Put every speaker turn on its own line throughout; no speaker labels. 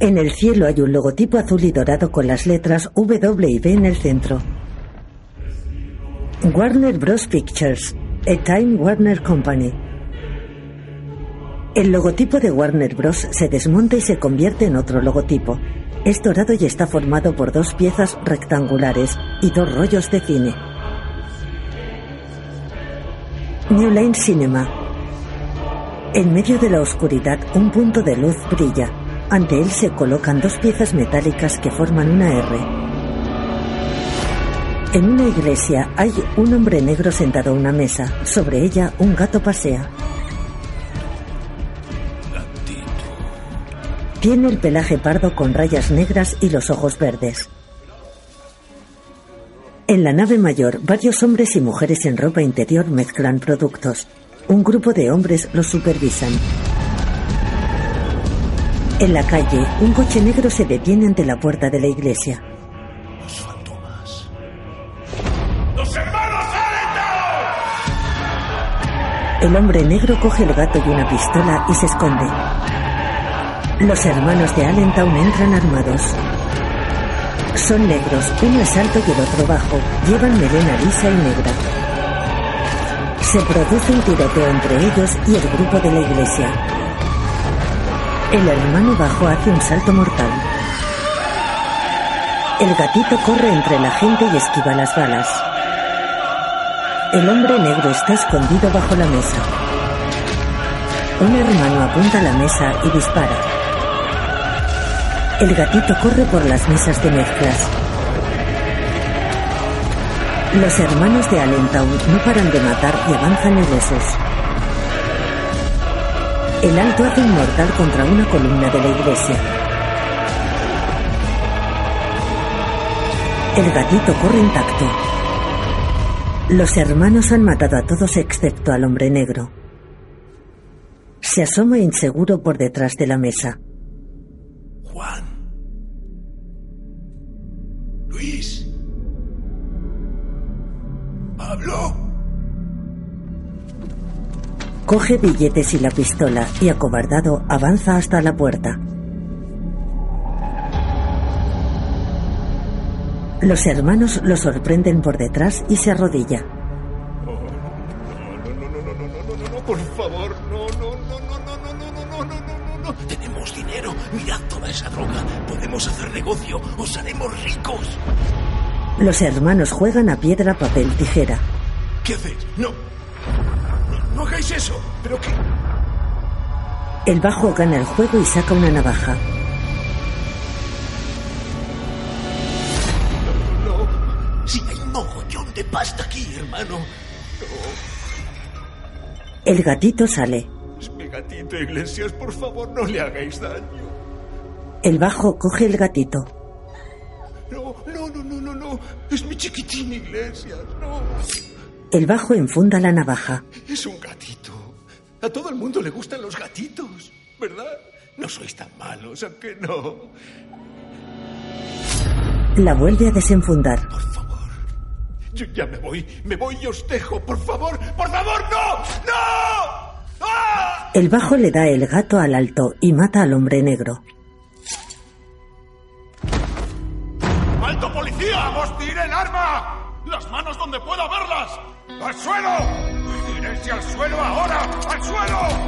En el cielo hay un logotipo azul y dorado con las letras W y B en el centro. Warner Bros. Pictures, a Time Warner Company. El logotipo de Warner Bros. se desmonta y se convierte en otro logotipo. Es dorado y está formado por dos piezas rectangulares y dos rollos de cine. New Line Cinema. En medio de la oscuridad, un punto de luz brilla. Ante él se colocan dos piezas metálicas que forman una R. En una iglesia hay un hombre negro sentado a una mesa. Sobre ella, un gato pasea. Tiene el pelaje pardo con rayas negras y los ojos verdes. En la nave mayor, varios hombres y mujeres en ropa interior mezclan productos. Un grupo de hombres los supervisan. En la calle, un coche negro se detiene ante la puerta de la iglesia.
Los fantomas. ¡Los hermanos
El hombre negro coge el gato y una pistola y se esconde. Los hermanos de Allentown entran armados. Son negros, uno es alto y el otro bajo. Llevan melena lisa y negra. Se produce un tiroteo entre ellos y el grupo de la iglesia. El hermano bajo hace un salto mortal. El gatito corre entre la gente y esquiva las balas. El hombre negro está escondido bajo la mesa. Un hermano apunta a la mesa y dispara. El gatito corre por las mesas de mezclas. Los hermanos de Allentown no paran de matar y avanzan ilesos. El alto hace un mortal contra una columna de la iglesia. El gatito corre intacto. Los hermanos han matado a todos excepto al hombre negro. Se asoma inseguro por detrás de la mesa.
Juan. Luis. Pablo.
Coge billetes y la pistola y acobardado avanza hasta la puerta. Los hermanos lo sorprenden por detrás y se arrodilla.
No, no, no, no, no, no, no, no, no, por favor. No, no, no, no, no, no, no, no, no, no, no, no, no. Tenemos dinero. Mirad toda esa droga. Podemos hacer negocio. Os haremos ricos.
Los hermanos juegan a piedra, papel, tijera.
¿Qué hacéis? No. No, no hagáis eso. ¿Pero qué?
El bajo gana el juego y saca una navaja.
No. Si hay un mogollón de pasta aquí, hermano.
El gatito sale.
Mi gatito, Iglesias, por favor, no le hagáis daño.
El bajo coge el gatito.
No, no, no, no, no, no. Es mi chiquitín, Iglesias. No.
El bajo enfunda la navaja.
Es un gatito. A todo el mundo le gustan los gatitos, ¿verdad? No sois tan malos, aunque no.
La vuelve a desenfundar.
Por favor. Yo ya me voy, me voy y os dejo. Por favor, por favor, no, no. ¡Ah!
El bajo le da el gato al alto y mata al hombre negro.
¡Alto, policía! ¡Vamos, tire el arma! ¡Las manos donde pueda verlas! ¡Al suelo! ¡Tirense al suelo ahora! ¡Al suelo!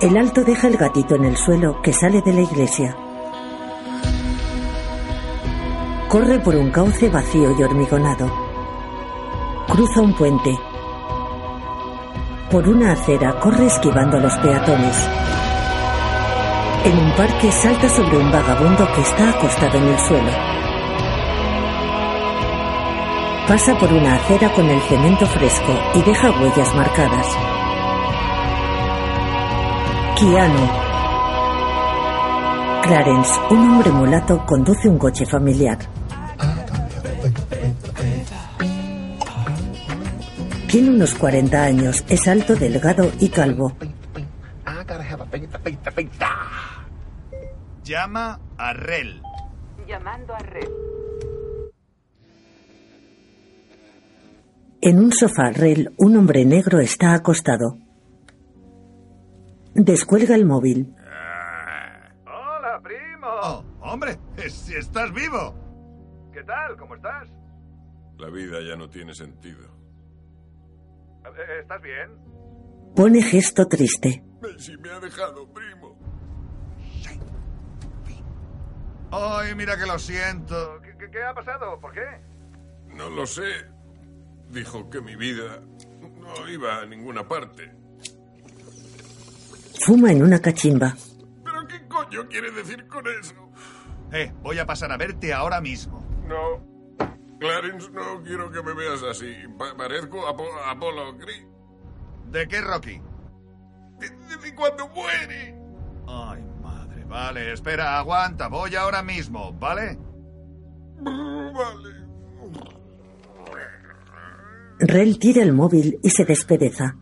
El alto deja el gatito en el suelo que sale de la iglesia. Corre por un cauce vacío y hormigonado. Cruza un puente. Por una acera corre esquivando a los peatones. En un parque salta sobre un vagabundo que está acostado en el suelo. Pasa por una acera con el cemento fresco y deja huellas marcadas. Keanu. Clarence, un hombre mulato, conduce un coche familiar. Tiene unos 40 años, es alto, delgado y calvo.
Llama a Rel.
Llamando a red.
En un sofá rel, un hombre negro está acostado. Descuelga el móvil.
Hola, Pri. Oh, Hombre, eh, si estás vivo. ¿Qué tal? ¿Cómo estás?
La vida ya no tiene sentido.
Eh, ¿Estás bien?
Pone gesto triste.
Messi me ha dejado, primo.
Ay, mira que lo siento. ¿Qué, qué- qué ha pasado? ¿Por qué?
No lo sé. Dijo que mi vida no iba a ninguna parte.
Fuma en una cachimba.
¿Pero qué coño quiere decir con eso?
Eh, voy a pasar a verte ahora mismo.
No. Clarence, no quiero que me veas así. Pa- parezco Apo- Apolo Gris.
¿De qué, Rocky?
¿Desde cuando muere?
Ay, madre. Vale, espera, aguanta. Voy ahora mismo, ¿vale?
Brr, Vale.
Rel tira el móvil y se despedeza.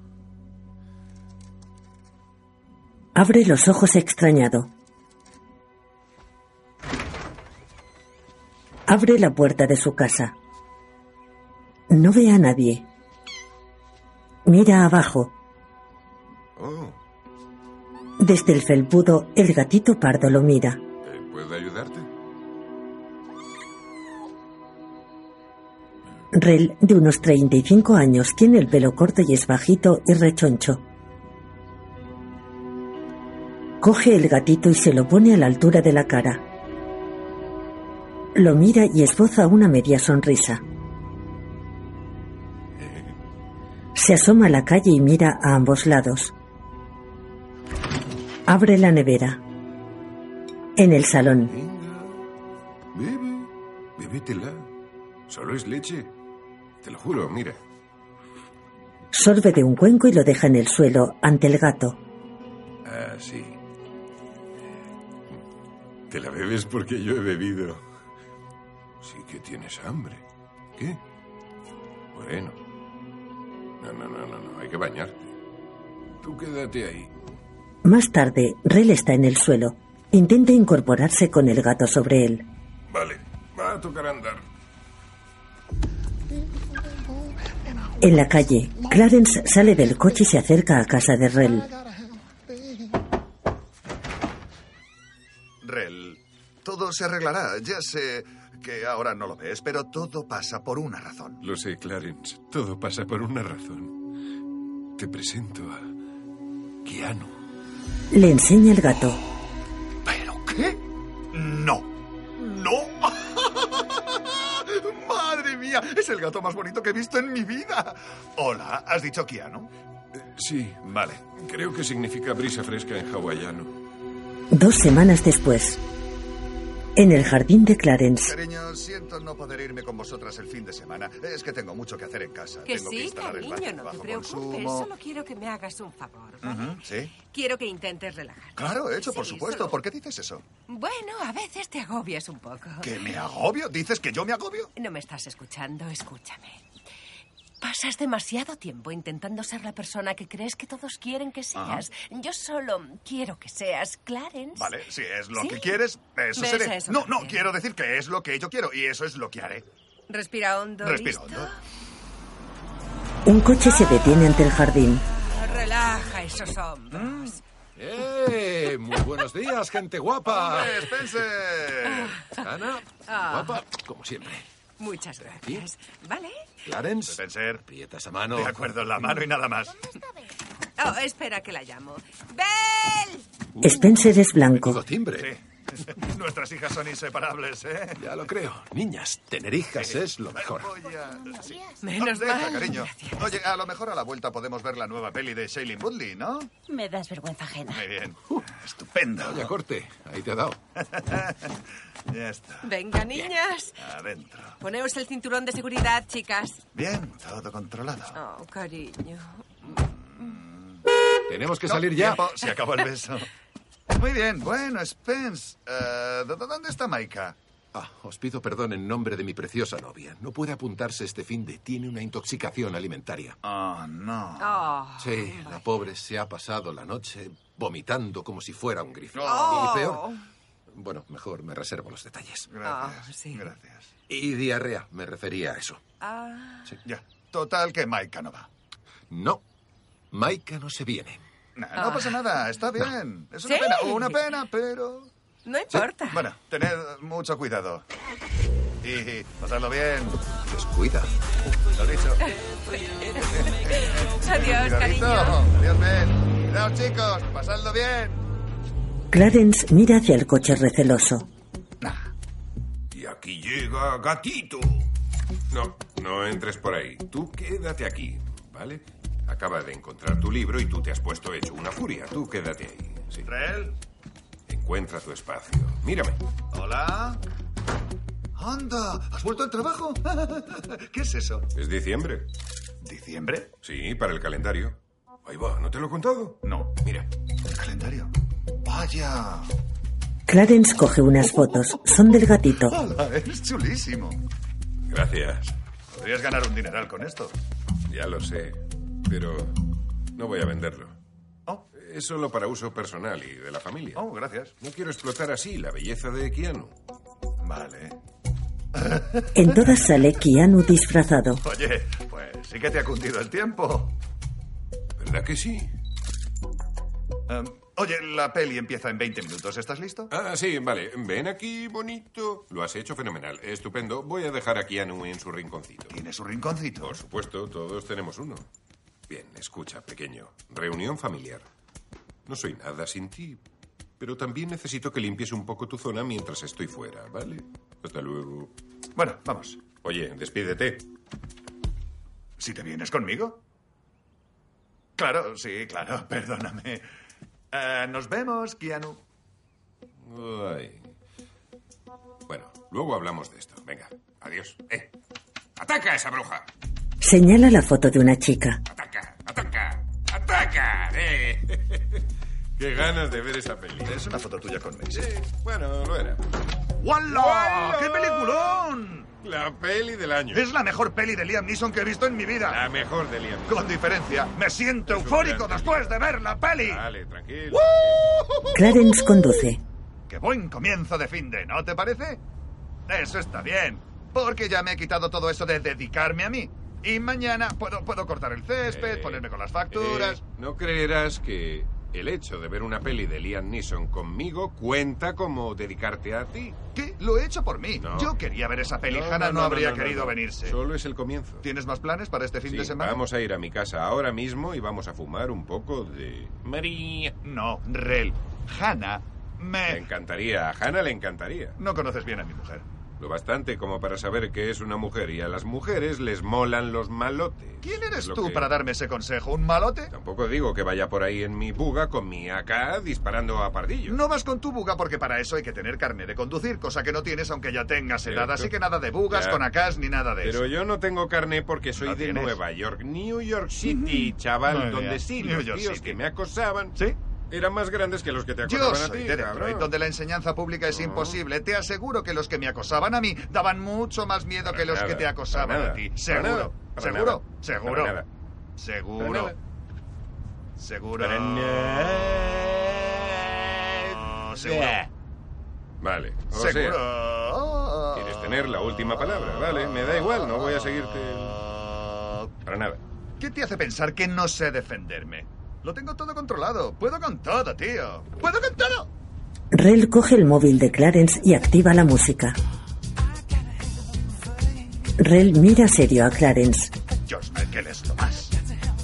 Abre los ojos extrañado. Abre la puerta de su casa. No ve a nadie. Mira abajo.
Oh,
Desde el felpudo, el gatito pardo lo mira.
¿eh, ¿puedo ayudarte?
Rel, de unos 35 años, tiene el pelo corto y es bajito y rechoncho. Coge el gatito y se lo pone a la altura de la cara. Lo mira y esboza una media sonrisa. Se asoma a la calle y mira a ambos lados. Abre la nevera. En el salón,
Venga, bebe, bébetela. Solo es leche. Te lo juro, mira.
sorbe de un cuenco y lo deja en el suelo, ante el gato.
Ah, sí. Te la bebes porque yo he bebido. Sí que tienes hambre. ¿Qué? Bueno. No, no, no, no, no. Hay que bañarte. Tú quédate ahí.
Más tarde, Rel está en el suelo. Intenta incorporarse con el gato sobre él.
Vale, va a tocar andar.
En la calle, Clarence sale del coche y se acerca a casa de Rel.
Rel, todo se arreglará. Ya sé que ahora no lo ves, pero todo pasa por una razón.
Lo sé, Clarence. Todo pasa por una razón. Te presento a Keanu.
Le enseña el gato.
¿Pero qué? No.
Mm.
No. Madre mía, es el gato más bonito que he visto en mi vida. Hola, ¿has dicho Keanu?
Sí,
Vale.
creo que significa brisa fresca en hawaiano.
Dos semanas después. En el jardín de Clarence,
Cariño, siento no poder irme con vosotras el fin de semana. Es que tengo mucho que hacer en casa.
Que
tengo
sí,
instalar el
cariño,
váter
no te
bajo
preocupes.
consumo.
Solo quiero que me hagas un favor, ¿vale?
Ujú, Sí.
Quiero que intentes relajarte.
Claro, hecho, por
Sí,
supuesto.
solo-
¿Por qué dices eso?
Bueno, a veces te agobias un poco.
¿Que me agobio? ¿Dices que yo me agobio?
No me estás escuchando, escúchame. Pasas demasiado tiempo intentando ser la persona que crees que todos quieren que seas. Yo solo quiero que seas Clarence.
Vale, si es lo
Sí.
que quieres, eso
Ves
seré.
eso
no, no,
también.
quiero decir que es lo que yo quiero y eso es lo que haré.
Respira hondo.
Respiro
¿listo?
hondo.
un coche se detiene ante el jardín.
Relaja esos hombros.
¡Eh! Muy buenos días, gente guapa.
¡Eh, Spencer!
Ana,
Ah. Pues,
guapa, como siempre.
Muchas gracias. ¿Vale?
Clarence,
Spencer,
aprieta esa mano.
de acuerdo, la mano y nada más.
Oh, espera que la llamo. ¡Bel!
Spencer es blanco.
Menudo timbre.
Nuestras hijas son inseparables, ¿eh?
Ya lo creo. Niñas, tener hijas es lo mejor.
Voy a- sí.
Menos
Deja,
mal.
cariño.
Gracias.
Oye, a lo mejor a la vuelta podemos ver la nueva peli de Shailene Woodley, ¿no?
Me das vergüenza ajena.
Muy bien. Estupendo.
Uh. Vaya corte, ahí te ha dado.
Ya está.
Venga, niñas.
Adentro.
Poneos el cinturón de seguridad, chicas.
Bien, todo controlado.
Oh, cariño.
Tenemos que
No,
salir ya.
tiempo, se acabó el beso. Muy bien, bueno, Spence. eh, ¿dó- ¿Dónde está Maika?
Ah, os pido perdón en nombre de mi preciosa novia. No puede apuntarse este fin de. Tiene una intoxicación alimentaria.
Oh, no.
Oh.
Sí, la pobre se ha pasado la noche vomitando como si fuera un grifo.
Oh.
Y peor. Bueno, mejor me reservo los detalles.
Gracias.
Ah, sí.
Gracias.
Y diarrea, me refería a eso.
Ah.
Ya. Total que Maika no va.
No, Maika no se viene.
Nah, no pasa nada, está bien. Es una
Ah. Sí.
pena, una pena, pero.
No importa.
Bueno, tened mucho cuidado. Y pasadlo bien. Pues
Descuida.
Lo dicho.
Adiós,
Cuidadito.
cariño.
Adiós, Ben. Cuidado, chicos. Pasadlo bien.
Clarence mira hacia el coche receloso.
Y aquí llega Gatito. No, no entres por ahí. Tú quédate aquí, ¿vale? Acaba de encontrar tu libro y tú te has puesto hecho una furia. Tú quédate ahí. Sí.
Rel.
Encuentra tu espacio. Mírame.
Hola. Anda, ¿has vuelto al trabajo? ¿Qué es eso?
Es diciembre.
¿Diciembre?
Sí, para el calendario. Ahí va, ¿no te lo he contado?
No.
Mira,
El calendario. Vaya.
Clarence coge unas fotos. Son del gatito.
Hola, es chulísimo.
gracias.
Podrías ganar un dineral con esto.
Ya lo sé, pero no voy a venderlo.
Oh,
Es solo para uso personal y de la familia.
oh, gracias.
No quiero explotar así la belleza de Keanu.
Vale.
En todas sale Keanu disfrazado.
Oye, pues sí que te ha cundido el tiempo.
¿Verdad que sí?
Em, oye, la peli empieza en 20 minutos. ¿Estás listo?
Ah, sí, vale. Ven aquí, bonito. Lo has hecho fenomenal. Estupendo. Voy a dejar a Keanu en su rinconcito.
Tiene su rinconcito.
Por supuesto, todos tenemos uno. Bien, escucha, pequeño. Reunión familiar. No soy nada sin ti, pero también necesito que limpies un poco tu zona mientras estoy fuera, ¿vale? Hasta luego.
Bueno, vamos.
Oye, despídete.
¿Si te vienes conmigo? Claro, sí, claro, Oh, perdóname. Eh, nos vemos, Keanu.
Ay. Bueno, luego hablamos de esto. Venga, adiós. ¡Eh! ¡Ataca a esa bruja!
Señala la foto de una chica.
¡Ataca! ¡Ataca! ¡Ataca! ¡Eh! ¡Qué ganas de ver esa peli!
Es una foto tuya con Macy.
Sí, bueno, lo era.
¡Walla!
¡Wala!
¡Qué peliculón!
La peli del año.
Es la mejor peli de Liam Neeson que he visto en mi vida.
La mejor de Liam.
Con diferencia, me siento
Es un
eufórico
gran
después de ver la peli.
Vale, tranquilo.
Clarence conduce.
¡Qué buen comienzo de fin de, ¿no te parece? Eso está bien, porque ya me he quitado todo eso de dedicarme a mí. Y mañana puedo, puedo cortar el césped,
Eh,
ponerme con las facturas.
eh, no creerás que el hecho de ver una peli de Liam Neeson conmigo cuenta como dedicarte a ti.
¿Qué? Lo he hecho por mí.
No.
Yo quería ver esa peli.
No,
Hannah no,
no, no,
habría
no, no,
querido
no.
venirse.
Solo es el comienzo.
¿Tienes más planes para este fin
Sí,
de semana?
Vamos a ir a mi casa ahora mismo y vamos a fumar un poco de... María.
No, Rel. Hannah
Le
me...
encantaría, a Hannah le encantaría.
No conoces bien a mi mujer.
Lo bastante como para saber que es una mujer y a las mujeres les molan los malotes.
¿Quién
Es
eres
lo
tú
que-
para darme ese consejo? ¿Un malote?
Tampoco digo que vaya por ahí en mi buga con mi AK disparando a pardillos.
No vas con tu buga porque para eso hay que tener carne de conducir, cosa que no tienes aunque ya tengas edad,
Cierto.
así que nada de bugas
Ya.
con acas ni nada de eso.
Pero yo no tengo carne porque soy
¿No
de
tienes?
Nueva York, New York City, chaval,
Muy
donde
bien.
sí
New
los
York
tíos
City.
que me acosaban
¿Sí?
eran más grandes que los que te
Yo
acosaban a
soy
ti.
de
cabrón.
Detroit, donde la enseñanza pública es imposible. Te aseguro que los que me acosaban a mí daban mucho más miedo que los
nada,
que te
para
acosaban
nada,
a ti.
para
Seguro,
nada, para
seguro,
nada,
seguro,
para nada. Para
seguro,
nada.
seguro,
Para nada.
Oh, seguro,
Vale, o sea,
seguro.
quieres tener la última palabra, vale, me da igual, no voy a seguirte. Para nada.
¿Qué te hace pensar que no sé defenderme? Lo tengo todo controlado. Puedo con todo, tío. Puedo con todo.
Rel coge el móvil de Clarence y activa la música. Rel mira serio a Clarence.
Dios me que esto más.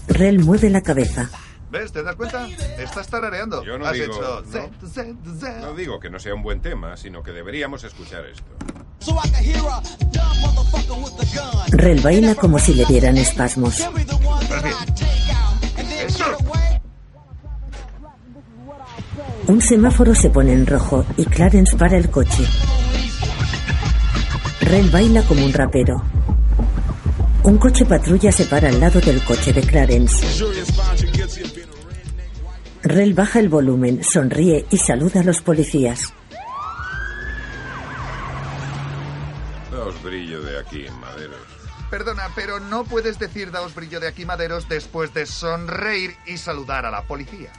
Rel mueve la cabeza.
¿Ves? ¿Te das cuenta? Estás tarareando.
Yo no
Has
digo,
hecho...
no.
zet, zet, zet.
No digo que no sea un buen tema, sino que deberíamos escuchar esto.
so I can hear a dumb motherfucker with a gun.
Rel baila como si le dieran espasmos.
He'll be the one that I take out and then
Eso.
get away.
Un semáforo se pone en rojo y Clarence para el coche. Rel baila como un rapero. Un coche patrulla se para al lado del coche de Clarence. Rel baja el volumen, sonríe y saluda a los policías.
Daos brillo de aquí, maderos.
Perdona, pero no puedes decir daos brillo de aquí maderos después de sonreír y saludar a la policía.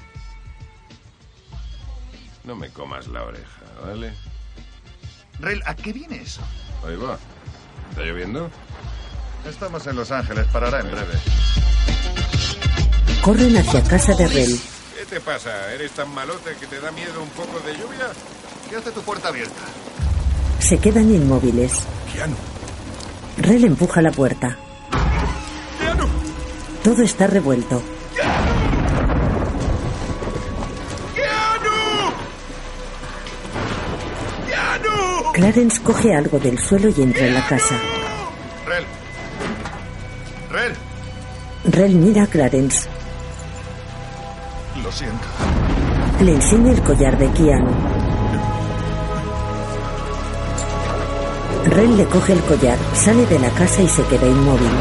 No me comas la oreja, ¿vale?
Rel, ¿a qué viene eso?
Ahí va. ¿Está lloviendo?
Estamos en Los Ángeles, parará en breve.
Corren hacia casa de Rel.
¿Qué te pasa? ¿Eres tan malote que te da miedo un poco de lluvia?
¿Qué hace tu puerta abierta?
Se quedan inmóviles.
Keanu,
Rel empuja la puerta. Todo está revuelto. Clarence coge algo del suelo y entra en la casa.
Rel. Rel.
Rel mira a Clarence.
Lo siento.
Le enseña el collar de Keanu. Ren le coge el collar, sale de la casa y se queda inmóvil.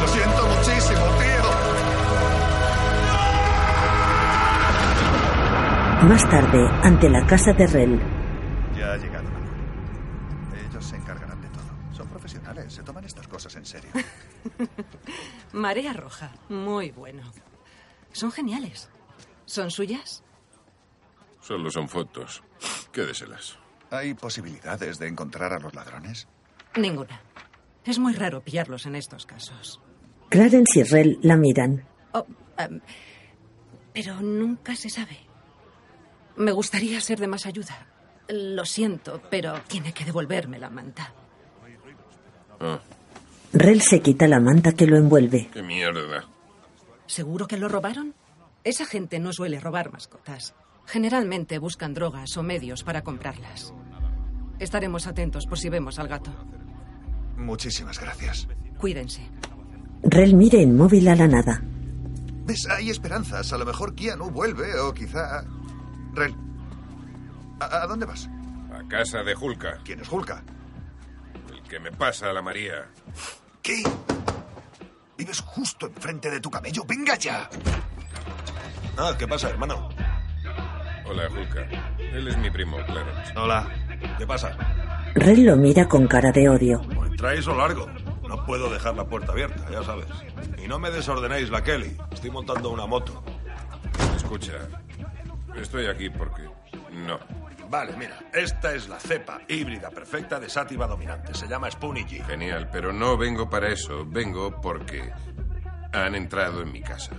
Lo siento muchísimo, tío.
Más tarde, ante la casa de Rel,
Ya ha llegado la hora. Ellos se encargarán de todo. Son profesionales, se toman estas cosas en serio.
Marea Roja, muy bueno. Son geniales. ¿Son suyas?
solo son fotos. Quédeselas.
¿Hay posibilidades de encontrar a los ladrones?
Ninguna. Es muy raro pillarlos en estos casos.
Clarence y Rel la miran.
Oh, em, pero nunca se sabe. Me gustaría ser de más ayuda. Lo siento, pero tiene que devolverme la manta.
Ah,
Rel se quita la manta que lo envuelve.
qué mierda.
¿Seguro que lo robaron? Esa gente no suele robar mascotas. Generalmente buscan drogas o medios para comprarlas. Estaremos atentos por si vemos al gato.
Muchísimas gracias.
Cuídense.
Rel mira inmóvil a la nada.
¿Ves? Hay esperanzas. A lo mejor Keanu vuelve o quizá... Rel. ¿A, a dónde vas?
A casa de Julka,
¿Quién es Julka?
el que me pasa a la María.
¿Qué? ¿Vives justo enfrente de tu camello? ¡Venga ya!
Ah, ¿qué pasa, hermano?
Hola, Julka. Él es mi primo, Clarence.
Hola.
¿Qué pasa?
Rel lo mira con cara de odio.
¿O entráis o largo? No puedo dejar la puerta abierta, ya sabes. Y no me desordenéis la Kelly. Estoy montando una moto.
Escucha, estoy aquí porque... No.
Vale, mira. Esta es la cepa híbrida perfecta de sátiva dominante. Se llama Spoonie G.
Genial, pero no vengo para eso. Vengo porque han entrado en mi casa.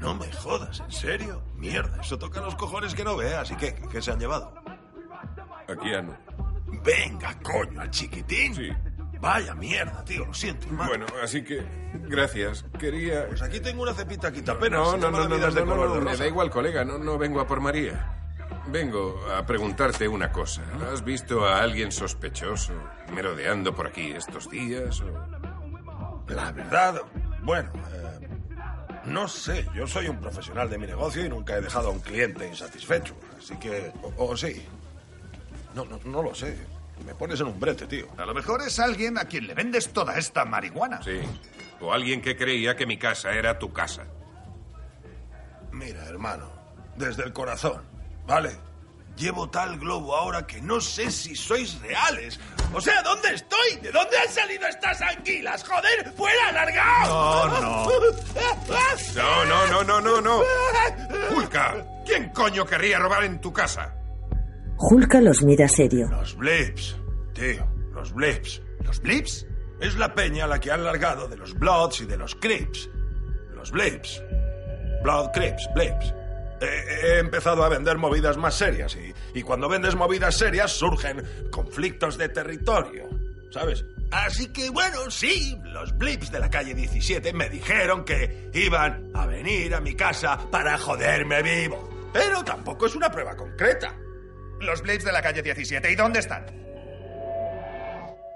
No me jodas, ¿en serio? Mierda, eso toca los cojones que no veas. ¿Y qué? ¿Qué se han llevado?
A Keanu.
Venga, coño, al chiquitín.
Sí.
Vaya mierda, tío, lo siento, hermano.
Bueno, así que... Gracias. Quería...
Pues aquí tengo una cepita quitapenas.
No,
se
no,
llama
no, no,
Navidades
no,
de
no,
color
no,
de
me
rosa.
da igual, colega, no, no vengo a por María. Vengo a preguntarte una cosa. ¿Has visto a alguien sospechoso merodeando por aquí estos días? o-
La verdad, bueno, eh, no sé, yo soy un profesional de mi negocio y nunca he dejado a un cliente insatisfecho, así que, o, o sí, no, no, no lo sé, me pones en un brete, tío.
A lo mejor es alguien a quien le vendes toda esta marihuana.
Sí. O alguien que creía que mi casa era tu casa.
Mira, hermano, desde el corazón, ¿vale? Llevo tal globo ahora que no sé si sois reales. O sea, ¿dónde estoy? ¿De dónde han salido estas anguilas? ¡Joder! ¡Fuera, largaos!
No,
No, no, no, no, no, no. Julka, ¿quién coño querría robar en tu casa?
Julka los mira serio.
Los blips, tío, los blips.
¿Los blips?
Es la peña la que han largado de los Bloods y de los Crips. Los Blips. Blood Crips, Blips. He, he empezado a vender movidas más serias y, y cuando vendes movidas serias surgen conflictos de territorio, ¿sabes? Así que bueno, sí, los Blips de la calle 17 me dijeron que iban a venir a mi casa para joderme vivo. Pero tampoco es una prueba concreta.
Los blips de la calle 17. ¿Y dónde están?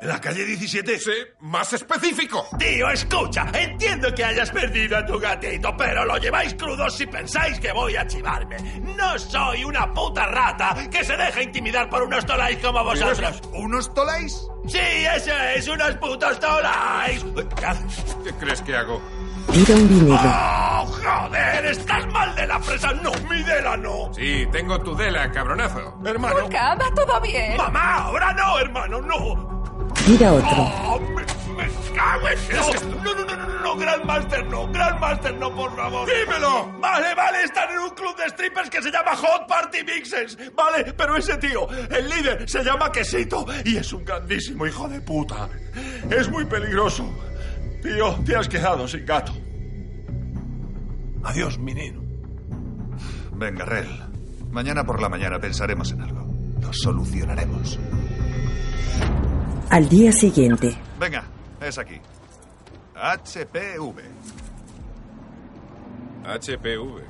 ¿En la calle 17?
Sí, más específico.
Tío, escucha, entiendo que hayas perdido a tu gatito, pero lo lleváis crudo si pensáis que voy a chivarme. No soy una puta rata que se deja intimidar por unos tolais como vosotros.
¿Unos tolais?
Sí, eso es, unos putos tolais.
¿Qué crees que hago?
Tira un vinilo.
¡Oh, joder! ¡Estás mal de la presa! ¡No, mi Dela no!
Sí, tengo tu dela, cabronazo.
Hermano.
Julka, va todo bien.
¡Mamá, ahora no, hermano, no!
Tira otro.
¡Oh, me, me cago en Dios! No, no, no, no, no, Grandmaster no, Grandmaster no, por favor. ¡Dímelo! Vale, vale, están en un club de strippers que se llama Hot Party Mixers, ¿vale? Pero ese tío, el líder, se llama Quesito y es un grandísimo hijo de puta. Es muy peligroso. Tío, te has quedado sin gato. Adiós, mi nino.
Venga, Rel. Mañana por la mañana pensaremos en algo. Lo solucionaremos.
Al día siguiente,
Venga, es aquí. HPV.
HPV.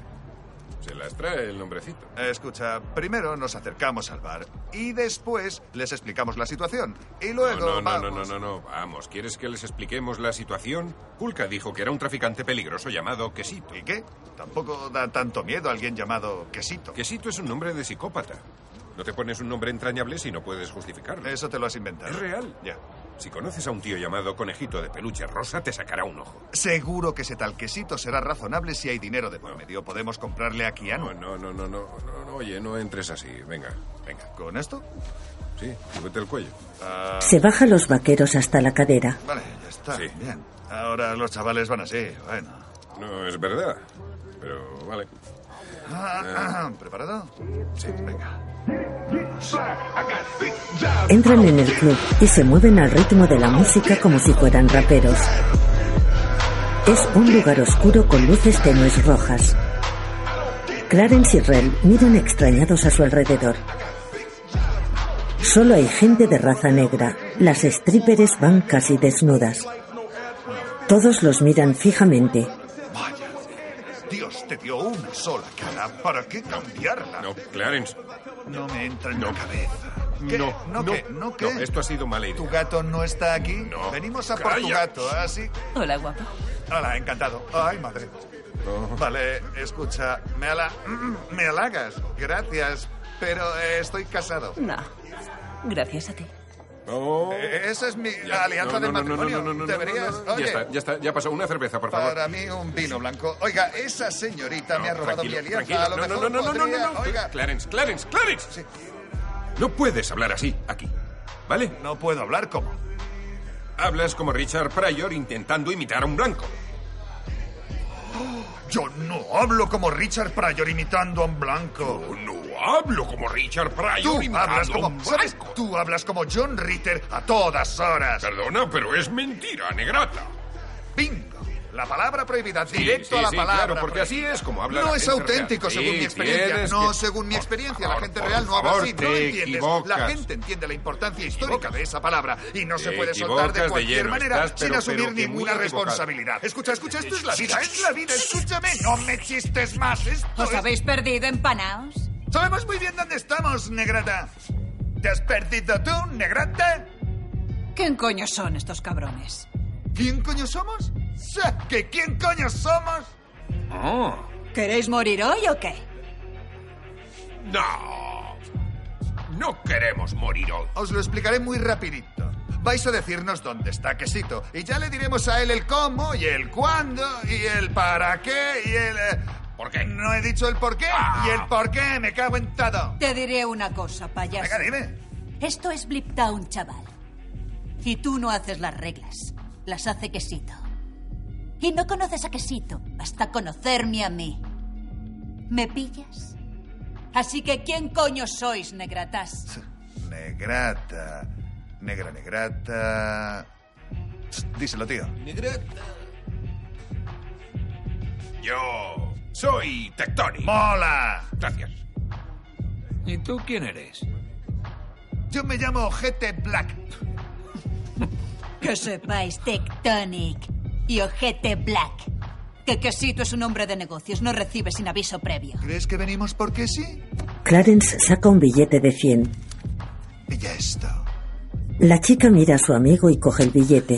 Se las trae el nombrecito.
Escucha, primero nos acercamos al bar y después les explicamos la situación. Y
No,
luego.
no, no, no, no,
vamos.
no, no, vamos. ¿Quieres que les expliquemos la situación? Pulka dijo que era un traficante peligroso llamado Quesito.
¿Y qué? Tampoco da tanto miedo a alguien llamado Quesito.
Quesito es un nombre de psicópata. No te pones un nombre entrañable si no puedes justificarlo.
Eso te lo has inventado.
Es real.
Ya.
Si conoces a un tío llamado Conejito de Peluche Rosa, te sacará un ojo.
Seguro que ese tal quesito será razonable si hay dinero de por medio. Podemos comprarle a
No,
Keanu.
no, no, no, no, no, no, oye, no entres así. Venga, venga.
¿Con esto?
Sí, súbete el cuello.
Ah,
se baja los vaqueros hasta la cadera.
vale, ya está.
Sí.
Bien. Ahora los chavales van así. Bueno.
No, es verdad. Pero vale. Eh.
Ah, ¿Preparado? Sí, venga.
Entran en el club y se mueven al ritmo de la música como si fueran raperos. Es un lugar oscuro con luces tenues rojas. Clarence y Rel miran extrañados a su alrededor. Solo hay gente de raza negra. Las strippers van casi desnudas. Todos los miran fijamente.
Vaya. Dios te dio una sola cara. ¿Para Ah, qué cambiarla?
No, Clarence.
No me entra en la cabeza. ¿Qué?
No,
¿No, qué? ¿No qué?
esto ha sido mala idea.
¿Tu gato no está aquí?
No.
Venimos a por tu
Calla.
gato, así.
Hola, guapo.
Hola, encantado. Ay, madre.
Oh.
Vale, escucha, me, ala... mm, me halagas. Gracias, pero eh, estoy casado.
No. Gracias a ti.
No.
Eh, Esa es mi
Ya. No,
alianza del
no, no, no,
matrimonio.
no, no, no, no,
Deberías.
no, no.
Oye,
Ya está, ya está, ya pasó. Una cerveza, por favor.
para mí un vino blanco. Oiga, esa señorita me ha
No,
robado mi
tranquilo,
alianza. A lo
tranquilo. No,
mejor
no, no, no, no,
podría-
no, no.
Oiga,
Clarence, Clarence, Clarence.
Sí.
No puedes hablar así, aquí. ¿Vale?
no puedo hablar como.
Hablas como Richard Pryor intentando imitar a un blanco.
Yo no hablo como Richard Pryor imitando a un blanco.
No hablo como Richard Pryor
Tú
imitando
hablas
a
como,
un blanco.
¿sabes? Tú hablas como John Ritter a todas horas.
Perdona, pero es mentira, negrata.
Bingo. La palabra prohibida,
Sí,
directo
sí,
a la
sí,
palabra. pues.
claro, porque así es como habla
No
la
es
gente
auténtico
real.
según
Sí,
mi experiencia.
tienes
No
que-
según mi
Por
experiencia.
favor,
la gente
por
real no habla
favor,
así.
te
No entiendes. La
equivocas.
gente entiende la importancia histórica de esa palabra y no se
Te
puede soltar de
equivocas de
cualquier
lleno,
manera
estás,
sin
pero-
asumir
pero que muy
ninguna
equivocado.
responsabilidad. Escucha, escucha, esto es la vida, es la vida. Escúchame, no me chistes más. Esto
¿Os
es-
habéis perdido empanaos?
Sabemos muy bien dónde estamos, negrata. ¿Te has perdido tú, negrata?
¿Quién coño son estos cabrones?
¿Quién coño somos? ¡Sa! ¿Que quién coño somos? Oh.
¿Queréis morir hoy o qué?
No. No queremos morir hoy.
Os lo explicaré muy rapidito. Vais a decirnos dónde está Quesito y ya le diremos a él el cómo y el cuándo y el para qué y el... eh,
¿Por qué?
No he dicho el por qué
Ah.
y el por qué, me cago en todo.
Te diré una cosa, payaso.
Venga, dime.
Esto es Bliptown, chaval. Y tú no haces las reglas, las hace Quesito. Y no conoces a Quesito hasta conocerme a mí. ¿Me pillas? Así que, ¿quién coño sois, negratas?
Negrata. Negra, negrata... Psst, Díselo, tío.
Yo soy Tectonic.
¡Mola!
Gracias.
¿Y tú quién eres?
Yo me llamo Ojete Black.
Que sepáis Tectonic y Ojete Black. Que Quesito es un hombre de negocios, no recibe sin aviso previo.
¿Crees que venimos porque sí?
Clarence saca un billete de 100.
Y ya está.
La chica mira a su amigo y coge el billete.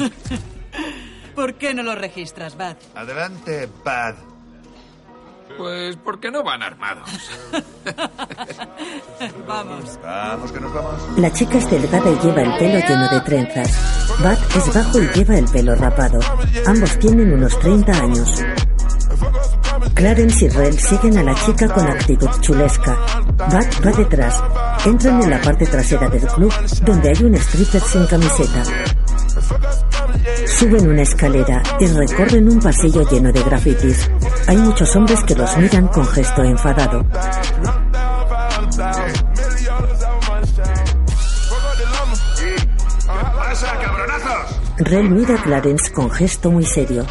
¿Por qué no lo registras, Bad?
Adelante, Bad.
Pues porque no van armados.
Vamos.
Vamos, que nos vamos.
La chica es delgada y lleva el pelo lleno de trenzas. Bat es bajo y lleva el pelo rapado. Ambos tienen unos 30 años. Clarence y Rel siguen a la chica con actitud chulesca. Bat va detrás. Entran en la parte trasera del club, donde hay un stripper sin camiseta. Suben una escalera y recorren un pasillo lleno de grafitis. Hay muchos hombres que los miran con gesto enfadado.
¡Pasa, cabronazos!
Rel mira a Clarence con gesto muy serio.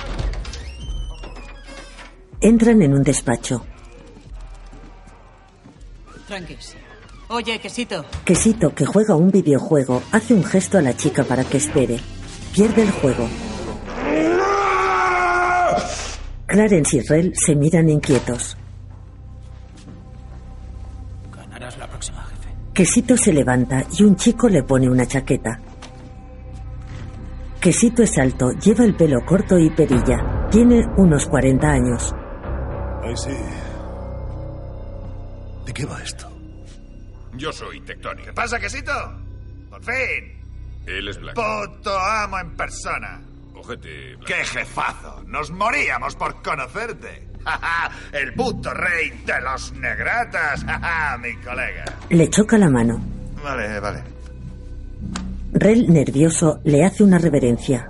Entran en un despacho.
tranquis. Oye, quesito.
Quesito, que juega un videojuego, hace un gesto a la chica para que espere. Pierde el juego. Clarence y Rel se miran inquietos.
Ganarás la próxima, jefe.
Quesito se levanta y un chico le pone una chaqueta. Quesito es alto, lleva el pelo corto y perilla. Tiene unos 40 años.
Ay, sí. ¿De qué va esto?
Yo soy Tectónica. ¿Qué pasa, quesito? ¡Por fin!
Él es blanco.
¡Puto amo en persona!
Ojete blanco.
¡Qué jefazo! ¡Nos moríamos por conocerte! ¡Ja, ja! ¡El puto rey de los negratas! ¡Ja, ja! ¡Mi colega!
Le choca la mano.
Vale, vale.
Rel, nervioso, le hace una reverencia.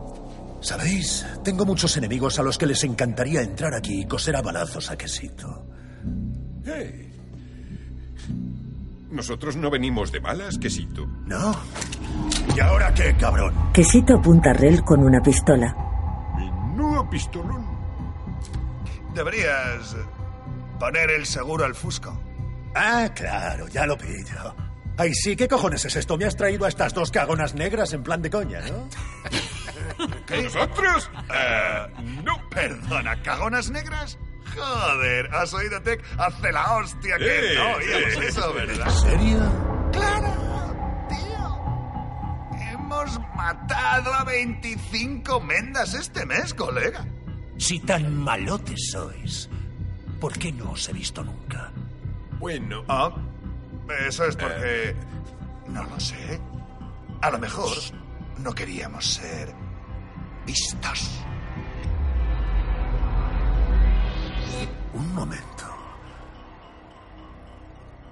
¿Sabéis? Tengo muchos enemigos a los que les encantaría entrar aquí y coser a balazos a quesito.
Hey. Nosotros no venimos de malas, quesito.
¿No? ¿Y ahora qué, cabrón?
Quesito apunta a Rel con una pistola.
No, pistolón.
Deberías poner el seguro al fusco.
Ah, claro, ya lo pillo. Ay, sí, ¿qué cojones es esto? Me has traído a estas dos cagonas negras en plan de coña, ¿no?
¿Qué? ¿Nosotros? Eh, no.
Perdona, ¿cagonas negras? Joder, has oído, Tech, hace la hostia que
Eh,
no oíamos
eh,
eso, ¿verdad?
¿En serio?
¡Claro, tío! Hemos matado a 25 mendas este mes, colega.
Si tan malotes sois, ¿por qué no os he visto nunca?
Bueno,
Ah, eso es porque...
Eh.
No lo sé. A lo mejor no queríamos ser vistos.
Un momento.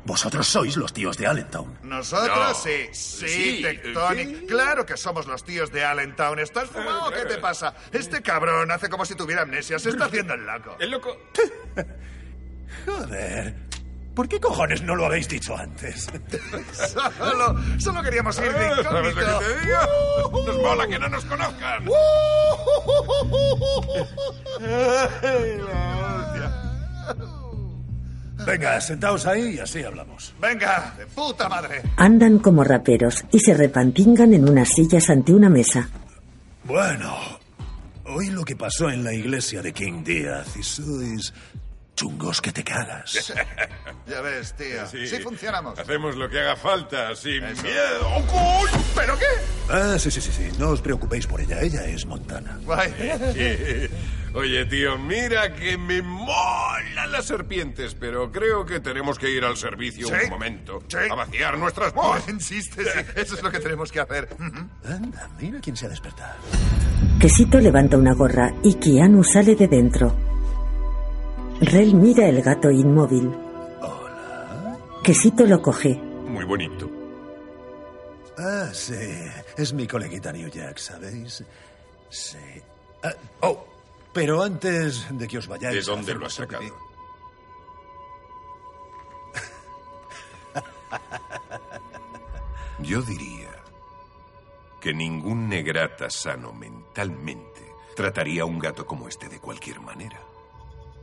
Vosotros sois los tíos de Allentown.
Nosotros
No.
sí, sí,
Sí, eh,
Tectonic.
sí. Ah,
Claro que somos los tíos de Allentown. ¿Estás fumado o qué te pasa? Este cabrón hace como si tuviera amnesia. Se está haciendo el loco.
el loco.
Joder. ¿Por qué cojones no lo habéis dicho antes?
Solo, solo queríamos ir de
Eh, ¿Sabes lo
incógnito.
que te digo?
Uh-huh.
Nos mola que no nos conozcan.
Uh-huh.
Venga, sentaos ahí y así hablamos.
Venga, de puta madre.
Andan como raperos y se repantingan en unas sillas ante una mesa.
Bueno, hoy lo que pasó en la iglesia de King Díaz y sois chungos que te cagas.
Ya ves, tío. Sí, funcionamos.
Hacemos lo que haga falta, sin
Eso.
miedo. ¡Oh, coño!
¿Pero qué?
Ah, sí, sí, sí, sí. No os preocupéis por ella. Ella es Montana.
Guay.
Eh, Oye, tío, mira que me molan las serpientes, pero creo que tenemos que ir al servicio
Sí.
un momento
Sí. Oh,
a vaciar nuestras bolas.
Insiste, sí. Eso es lo que tenemos que hacer. Ujú.
Anda, mira quién se ha despertado.
Quesito levanta una gorra y Keanu sale de dentro. Rel mira el gato inmóvil. Quesito lo coge.
Muy bonito.
Ah, sí. Es mi coleguita New Jack, ¿sabéis? Sí. Ah, oh, pero antes de que os vayáis...
¿De dónde
hacer
lo has
vuestro
sacado?
pipí.
Yo diría que ningún negrata sano mentalmente trataría a un gato como este de cualquier manera.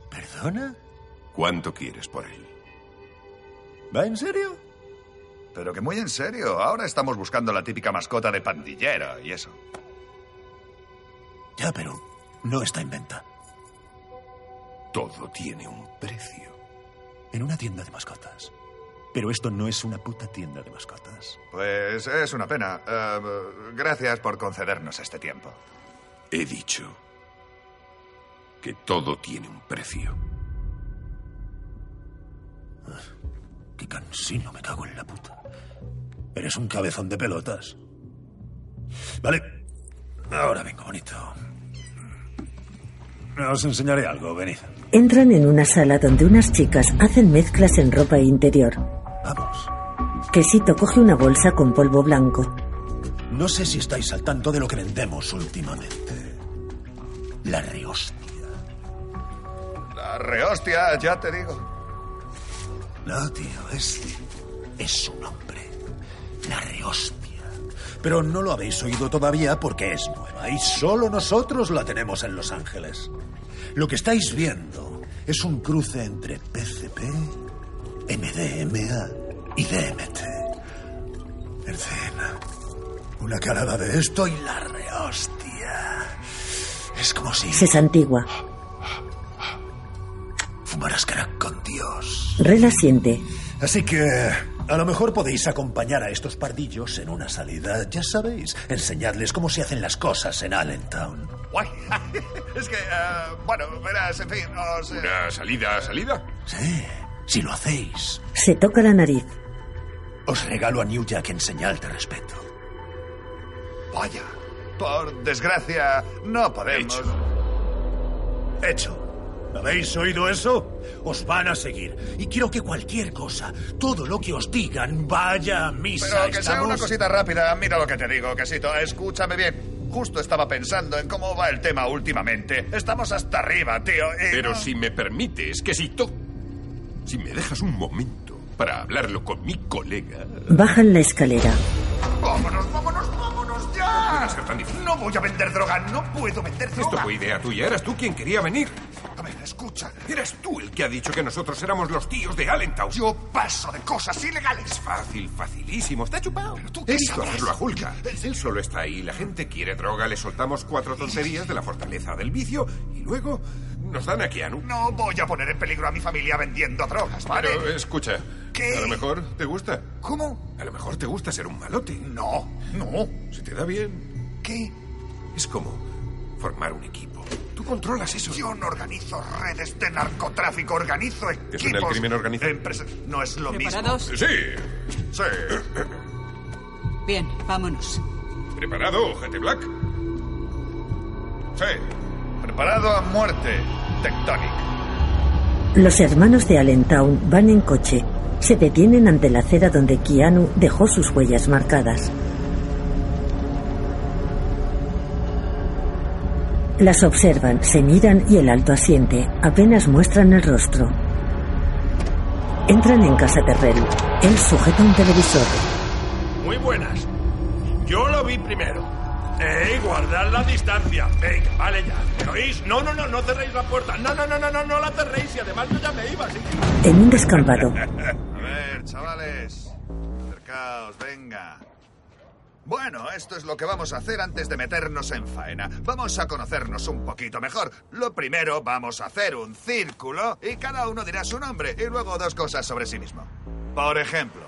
¿Perdona?
¿Cuánto quieres por él?
¿Va en serio?
Pero que muy en serio. Ahora estamos buscando la típica mascota de pandillero y eso.
Ya, pero no está en venta.
Todo tiene un precio.
En una tienda de mascotas. Pero esto no es una puta tienda de mascotas.
Pues es una pena. Eh, gracias por concedernos este tiempo.
He dicho que todo tiene un precio.
Qué cansino, me cago en la puta. Eres un cabezón de pelotas. Vale. Ahora vengo, bonito. Os enseñaré algo, venid.
Entran en una sala donde unas chicas hacen mezclas en ropa interior.
Vamos.
Quesito coge una bolsa con polvo blanco.
No sé si estáis al tanto de lo que vendemos últimamente. La rehostia.
La rehostia, ya te digo.
No, tío, es. es un hombre. La rehostia. Pero no lo habéis oído todavía porque es nueva y solo nosotros la tenemos en Los Ángeles. Lo que estáis viendo es un cruce entre PCP MDMA y DMT. Encena. Una calada de esto y la rehostia. Es como si
Se santigua.
fumaras crack con Dios.
Rela siente.
Así que a lo mejor podéis acompañar a estos pardillos en una salida. Ya sabéis, enseñadles cómo se hacen las cosas en Allentown.
Guay. es que, eh, bueno, verás, en fin, os... eh,
¿Una salida, salida?
Sí, si lo hacéis,
Se toca la nariz.
os regalo a New Jack en señal de respeto.
Vaya, por desgracia, no podemos.
Hecho. ¿Habéis oído eso? Os van a seguir. Y quiero que cualquier cosa, todo lo que os digan, vaya a misa.
Pero que sea
¿estamos?
una cosita rápida, mira lo que te digo, quesito, escúchame bien. Justo estaba pensando en cómo va el tema últimamente. Estamos hasta arriba, tío. Eh, y
Pero
no-
si me permites, quesito, si me dejas un momento para hablarlo con mi colega.
Bajan la escalera.
¡Vámonos, vámonos, vámonos ya! No voy a vender droga, no puedo vender droga.
Esto fue idea tuya, eras tú quien quería venir.
A ver, escucha.
Eras tú el que ha dicho que nosotros éramos los tíos de Allentown.
Yo paso de cosas ilegales.
Fácil, facilísimo. Está chupado.
tú qué
He visto
sabes?
hacerlo a Julka. Él solo está ahí. La gente quiere droga. Le soltamos cuatro tonterías de la fortaleza del vicio y luego nos dan a Keanu.
No voy a poner en peligro a mi familia vendiendo drogas, ¿vale?
Pero escucha,
¿Qué?
a lo mejor te gusta.
¿Cómo?
A lo mejor te gusta ser un malote.
No, no.
Se te da bien.
¿Qué?
Es como formar un equipo. Tú controlas eso.
Yo no organizo redes de narcotráfico, organizo equipos.
¿Es en el crimen organizado?
empresas. No es lo
¿Preparados?
Sí,
mismo. Sí.
Bien, vámonos.
preparado, gente black.
Sí. Preparado a muerte. Tectonic.
Los hermanos de Allentown van en coche. Se detienen ante la acera donde Keanu dejó sus huellas marcadas. Las observan, se miran y el alto asiente. Apenas muestran el rostro. Entran en casa de Rel. Él sujeta un televisor.
Muy buenas. Yo lo vi primero. Eh, guardad la distancia. Venga, vale ya. ¿Me oís? No, no, no, no cerréis la puerta. No, no, no, no, no, no la cerréis. Y además yo ya me iba, así que-
En un descampado.
A ver, chavales. Acercaos, venga. Bueno, esto es lo que vamos a hacer antes de meternos en faena. Vamos a conocernos un poquito mejor. Lo primero, vamos a hacer un círculo y cada uno dirá su nombre y luego dos cosas sobre sí mismo. Por ejemplo,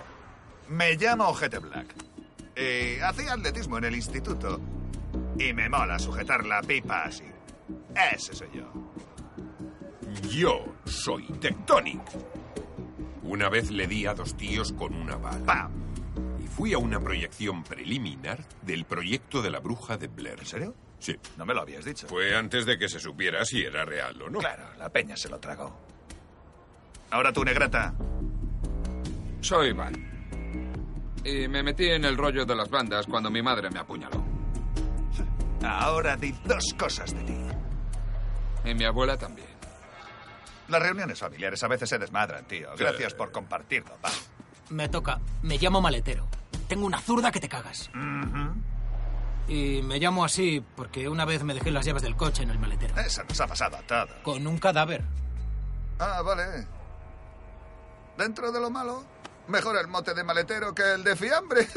me llamo Ojete Black. Y hacía atletismo en el instituto. Y me mola sujetar la pipa así. Ese soy yo.
Yo soy Tectonic. Una vez le di a dos tíos con una bala.
¡Pam!
Y fui a una proyección preliminar del proyecto de la bruja de Blair. ¿En
serio?
Sí.
No me lo habías dicho.
Fue antes de que se supiera si era real o no.
Claro, la peña se lo tragó. Ahora tú, negrata.
Soy Val. Y me metí en el rollo de las bandas cuando mi madre me apuñaló.
Ahora di dos cosas de ti.
Y mi abuela también.
Las reuniones familiares a veces se desmadran, tío. Gracias por compartirlo, va.
Me toca. Me llamo Maletero. Tengo una zurda que te cagas. Y me llamo así porque una vez me dejé las llaves del coche en el maletero.
Eso nos ha pasado a todos.
Con un cadáver.
Ah, vale. Dentro de lo malo, mejor el mote de maletero que el de fiambre.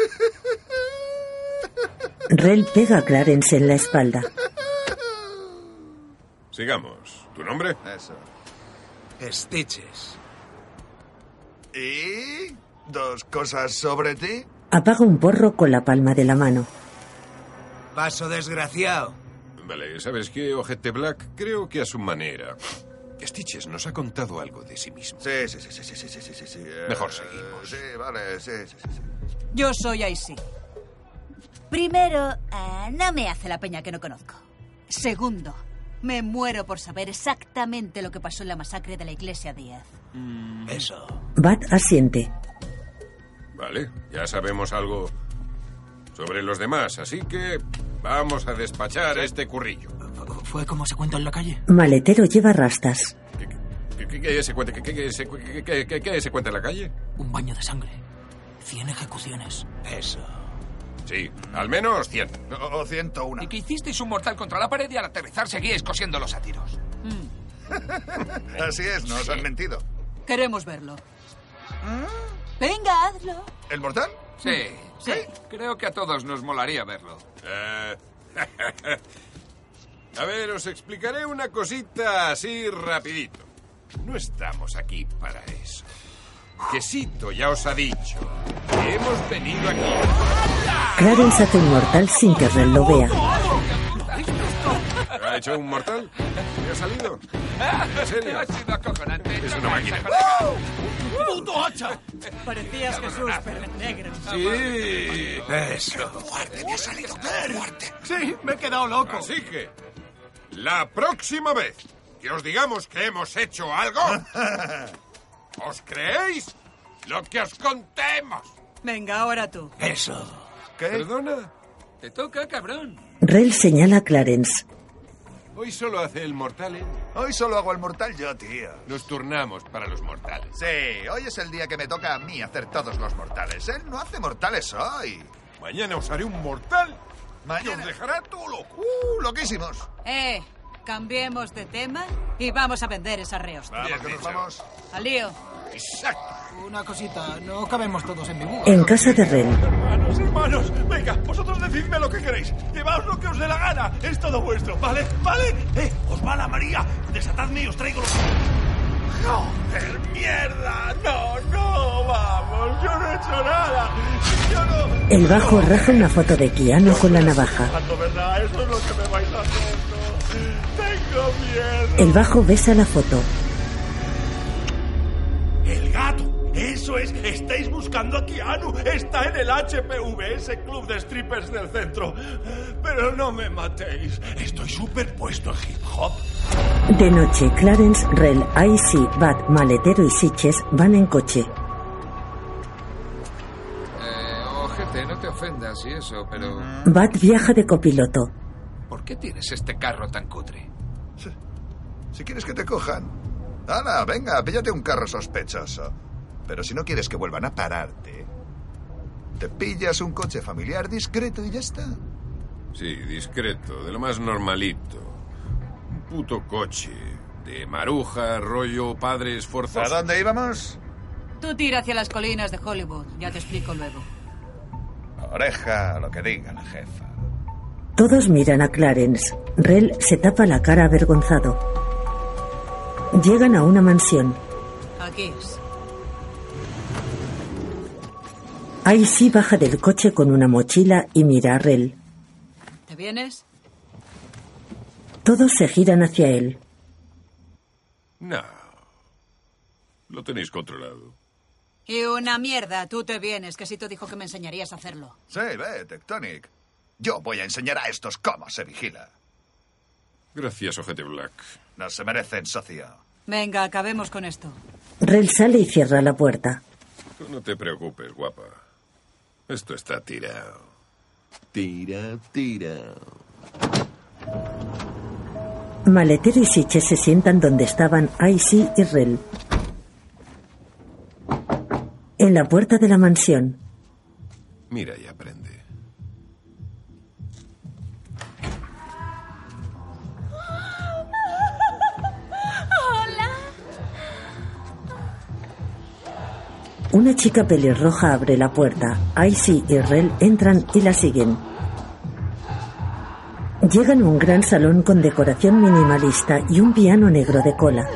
Rel pega a Clarence en la espalda.
Sigamos. ¿Tu nombre?
Eso.
Stitches.
¿Y dos cosas sobre ti?
Apaga un porro con la palma de la mano.
Paso desgraciado.
Vale, ¿sabes qué, Ojete Black? Creo que a su manera. Stitches nos ha contado algo de sí mismo.
Sí, sí, sí, sí, sí, sí, sí, sí, sí. eh,
Mejor seguimos.
Sí, vale, sí, sí, sí. sí.
Yo soy Aisy.
Primero, ah, no me hace la peña que no conozco.
Segundo, me muero por saber exactamente lo que pasó en la masacre de la iglesia 10.
Eso.
Bat asiente.
Vale, ya sabemos algo sobre los demás, así que vamos a despachar este currillo.
¿Fue como se cuenta Este en la calle?
Maletero lleva rastas.
¿Qué, qué- qué se cuenta? ¿Qué, qué- qué se cu- qué- qué- qué- qué se cuenta en la calle?
Un baño de sangre. Cien ejecuciones. Eso.
Sí, al menos 100.
O, o 101.
Y que hicisteis un mortal contra la pared y al aterrizar seguíais cosiéndolos a
Mm.
tiros.
Eh, Así es, nos han mentido.
Queremos verlo.
¿Ah?
Venga, hazlo.
¿El mortal?
Sí. Sí. Creo que a todos nos molaría verlo.
Eh, A ver, os explicaré una cosita así rapidito. No estamos aquí para eso. Quesito ya os ha dicho que hemos venido aquí.
Clarence hace un mortal sin que Ren lo vea.
¿Ha hecho un mortal? ¿Me ha salido? ¿En serio?
Ha sido acojonante.
Es una máquina.
¡Puto hacha! Parecías Jesús, pero negro.
Sí. Eso. Fuerte, me ha salido fuerte. Sí, me he quedado loco. Así que, la próxima vez que os digamos que hemos hecho algo, ¿os creéis lo que os contemos?
Venga, ahora tú.
Eso. ¿Qué? ¿Perdona?
Te toca, cabrón.
Rell señala a Clarence.
Hoy solo hace el mortal, ¿eh?
Hoy solo hago el mortal yo, tío.
Nos turnamos para los mortales.
Sí, hoy es el día que me toca a mí hacer todos los mortales. Él no hace mortales hoy.
Mañana os haré un mortal.
Mañana.
os dejará todo loco.
Uh, loquísimos.
Eh, cambiemos de tema y vamos a vender esa reostra.
Vamos, que nos vamos.
Al lío.
Una cosita, no cabemos todos en mi búho.
En casa de Ren,
Hermanos, hermanos, venga, vosotros decidme lo que queréis. Llevaos lo que os dé la gana. Es todo vuestro, ¿vale? ¿Vale? ¡Eh! ¡Os va la María! Desatadme y os traigo los. ¡Joder, mierda! ¡No, no! ¡Vamos! ¡Yo no he hecho nada! ¡Yo no!
el bajo raja una foto de Keanu con la navaja.
Tanto, ¿verdad? Eso es lo que me vais a hacer, ¿no? ¡Tengo miedo!
El bajo besa la foto.
¡El gato! ¡Eso es! ¡Estáis buscando a Keanu! ¡Está en el HPVS Club de Strippers del centro! ¡Pero no me matéis! ¡Estoy superpuesto en hip hop!
De noche, Clarence, Rel, Icy, Bat, Maletero y Sitches van en coche.
Eh, ojete, no te ofendas y eso, pero...
Bat viaja de copiloto.
¿Por qué tienes este carro tan cutre?
Si quieres que te cojan. Ala, venga, píllate un carro sospechoso. Pero si no quieres que vuelvan a pararte, te pillas un coche familiar discreto y ya está.
Sí, discreto, de lo más normalito. Un puto coche. De maruja, rollo, padres forzados.
¿A dónde íbamos?
Tú tira hacia las colinas de Hollywood, ya te explico luego.
Oreja, lo que diga la jefa.
Todos miran a Clarence. Rel se tapa la cara avergonzado. Llegan a una mansión.
Aquí es.
Icy baja del coche con una mochila y mira a Rel.
¿Te vienes?
Todos se giran hacia él.
No. Lo tenéis controlado.
Y una mierda, tú te vienes, que Sito dijo que me enseñarías a hacerlo.
Sí, ve, Tectonic. Yo voy a enseñar a estos cómo se vigila.
Gracias, ojete Black.
No se merecen, socio.
Venga, acabemos con esto.
Rel sale y cierra la puerta.
Tú no te preocupes, guapa. Esto está tirado. Tira, tira.
Maletero y Sitches se sientan donde estaban Icy y Rel. En la puerta de la mansión,
Mira y aprende.
Hola.
una chica pelirroja abre la puerta. Icy y Rel entran y la siguen. Llegan a un gran salón con decoración minimalista y un piano negro de cola.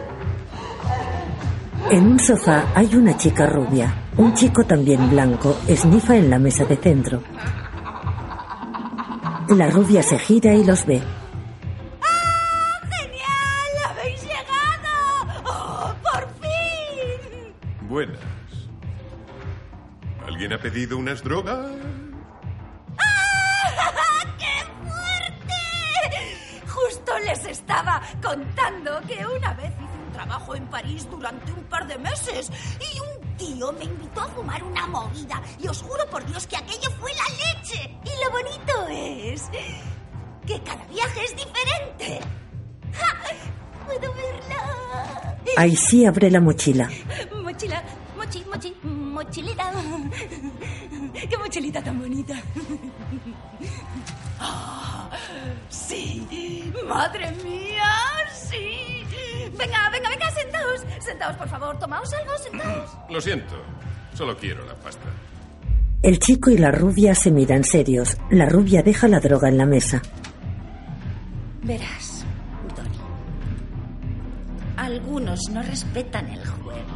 En un sofá hay una chica rubia. Un chico también blanco esnifa en la mesa de centro. La rubia se gira y los ve.
¡Genial! ¡Habéis llegado! ¡Oh, por fin!
Buenas. ¿Alguien ha pedido unas drogas?
¡Qué fuerte! Justo les estaba contando que una vez hice un trabajo en París durante un par de meses y un tío me invitó a fumar una movida y os juro por Dios que aquello fue la leche. Y lo bonito es que cada viaje es diferente. ¡Ja! ¡Puedo verla!
Icy abre la mochila.
Mochila, mochi, mochi, mochilita. ¡Qué mochilita tan bonita! ¡Ah! ¡Sí! ¡Madre mía! ¡Sí! Venga, venga, venga, sentaos. Sentaos, por favor. Tomaos algo, sentaos.
Lo siento, solo quiero la pasta.
El chico y la rubia se miran serios. La rubia deja la droga en la mesa.
Verás, Tony. Algunos no respetan el juego.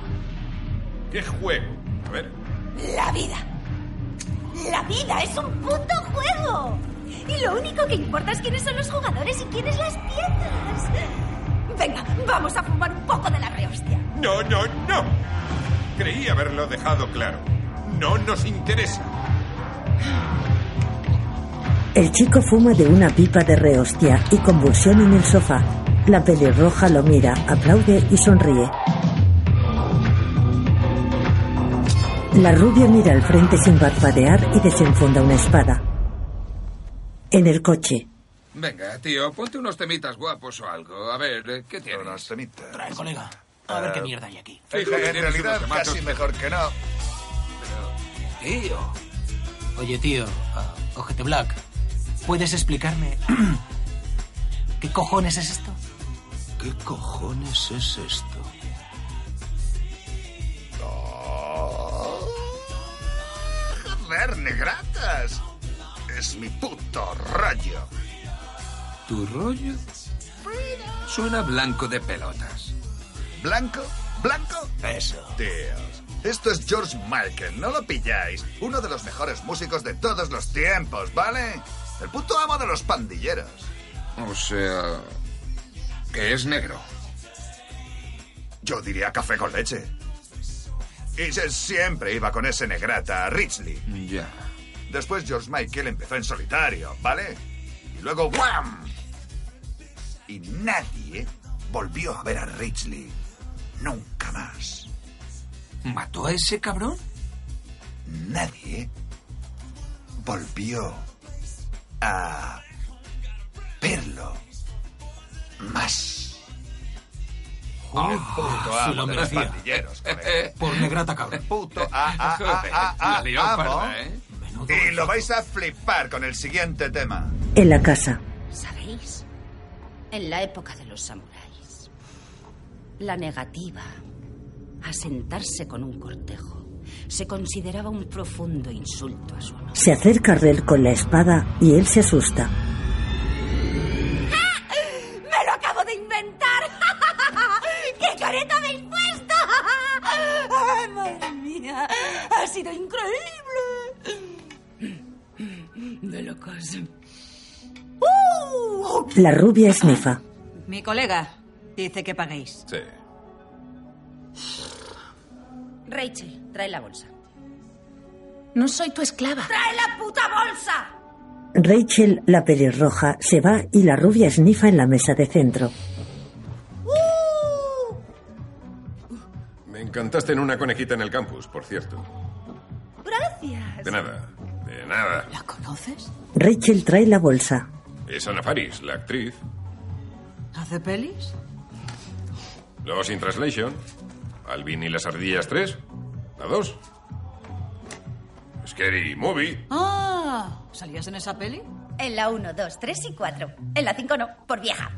¿Qué juego? A ver.
La vida. La vida es un puto juego. Y lo único que importa es quiénes son los jugadores y quiénes las piezas. Venga, vamos a fumar un poco de la rehostia.
No, no, no. Creí haberlo dejado claro. No nos interesa.
El chico fuma de una pipa de rehostia y convulsiona en el sofá. La pelirroja lo mira, aplaude y sonríe. La rubia mira al frente sin parpadear y desenfunda una espada. En el coche,
Venga, tío, ponte unos temitas guapos o algo. A ver, eh, ¿qué tienes? Unos temitas. Trae,
colega. A ver qué mierda hay aquí.
Fíjate, en realidad casi mejor que no.
Tío. Oye, tío, ah, cógete Black. ¿Puedes explicarme qué cojones es esto?
¿Qué cojones es esto?
Oh, Joder, negratas. Es mi puto rollo.
¿Tu rollo? Suena blanco de pelotas.
¿Blanco? ¿Blanco? Eso. Dios. Esto es George Michael, ¿no lo pilláis? Uno de los mejores músicos de todos los tiempos, ¿vale? El puto amo de los pandilleros.
O sea, que es negro.
Yo diría café con leche. Y se- siempre iba con ese negrata, Richley.
Ya.
Después George Michael empezó en solitario, ¿vale? Y luego ¡wham! Y nadie volvió a ver a Ridgely. Nunca más.
¿Mató a ese cabrón?
Nadie volvió a verlo más. Ah,
Joder,
puto
se
amo
lo
de los
merecía.
pandilleros, colega.
Por negrata, cabrón.
Puto ah, a, a, a, a, a,
La lió
ah, amo.
parda, ¿eh?
Y lo vais a flipar con el siguiente tema.
en la casa.
¿Sabéis? En la época de los samuráis, la negativa a sentarse con un cortejo se consideraba un profundo insulto a su honor.
Se acerca a Rel con la espada y él se asusta.
¡Me lo acabo de inventar! ¡Qué careta me he puesto! ¡Ay, madre mía! ¡Ha sido increíble! De locos. ¡Uh!
La rubia esnifa.
Mi colega dice que paguéis.
Sí.
Rachel, trae la bolsa.
No soy tu esclava.
¡Trae la puta bolsa!
Rachel, la pelirroja, se va y la rubia esnifa en la mesa de centro.
Me encantaste en una conejita en el campus, por cierto.
Gracias.
De nada. De nada.
¿Conoces?
Rachel trae la bolsa.
Es Ana Faris, la actriz.
¿Hace pelis?
Los in Translation. Alvin y las ardillas 3. La 2. Scary Movie.
Ah, ¿salías en esa peli?
En la 1, 2, 3 y 4. En la 5 no, por vieja.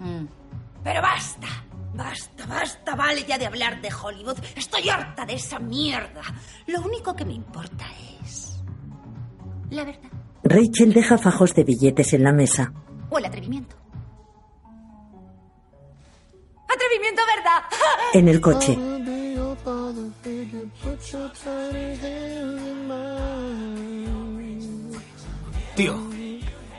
Mm.
Pero basta. Basta, basta, vale ya de hablar de Hollywood. Estoy harta de esa mierda. Lo único que me importa es... La verdad.
Rachel deja fajos de billetes en la mesa.
O el atrevimiento. Atrevimiento, ¿verdad?
En el coche.
Tío,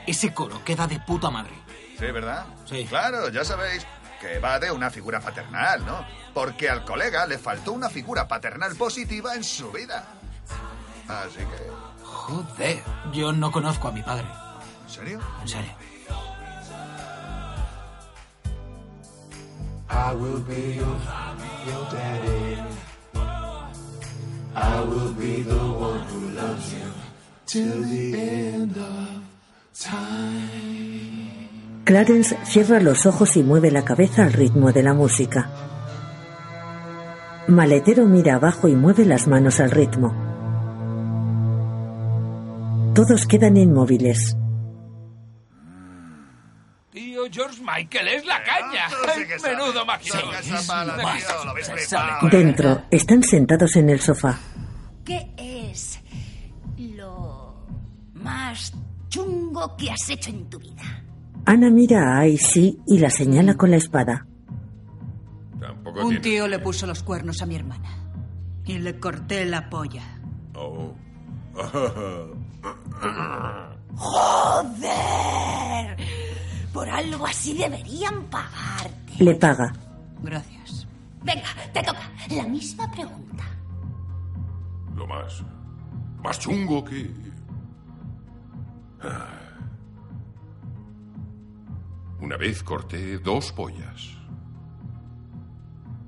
ese coro queda de puta madre.
Sí, ¿verdad? Sí. Claro, ya sabéis que va de una figura paternal, ¿no? Porque al colega le faltó una figura paternal positiva en su vida. Así que...
Joder. Yo no conozco a mi padre.
¿En serio?
En serio.
I will be your, your daddy. I will be the one who loves you till the end of time.
Clarence cierra los ojos y mueve la cabeza al ritmo de la música. Maletero mira abajo y mueve las manos al ritmo. Todos quedan inmóviles.
Tío,
George Michael es
Ah,
la caña. Menudo maquinón.
Dentro, están sentados en el sofá.
¿Qué es lo más chungo que has hecho en tu vida?
Ana mira a Aisy y la señala con la espada.
Tampoco
Un
tiene-
tío le puso los cuernos a mi hermana. Y le corté la polla.
Oh.
¡Joder! Por algo así deberían pagar.
Le paga.
Gracias.
Venga, te toca. La misma pregunta.
Lo más. Más chungo que. Ah. Una vez corté dos pollas.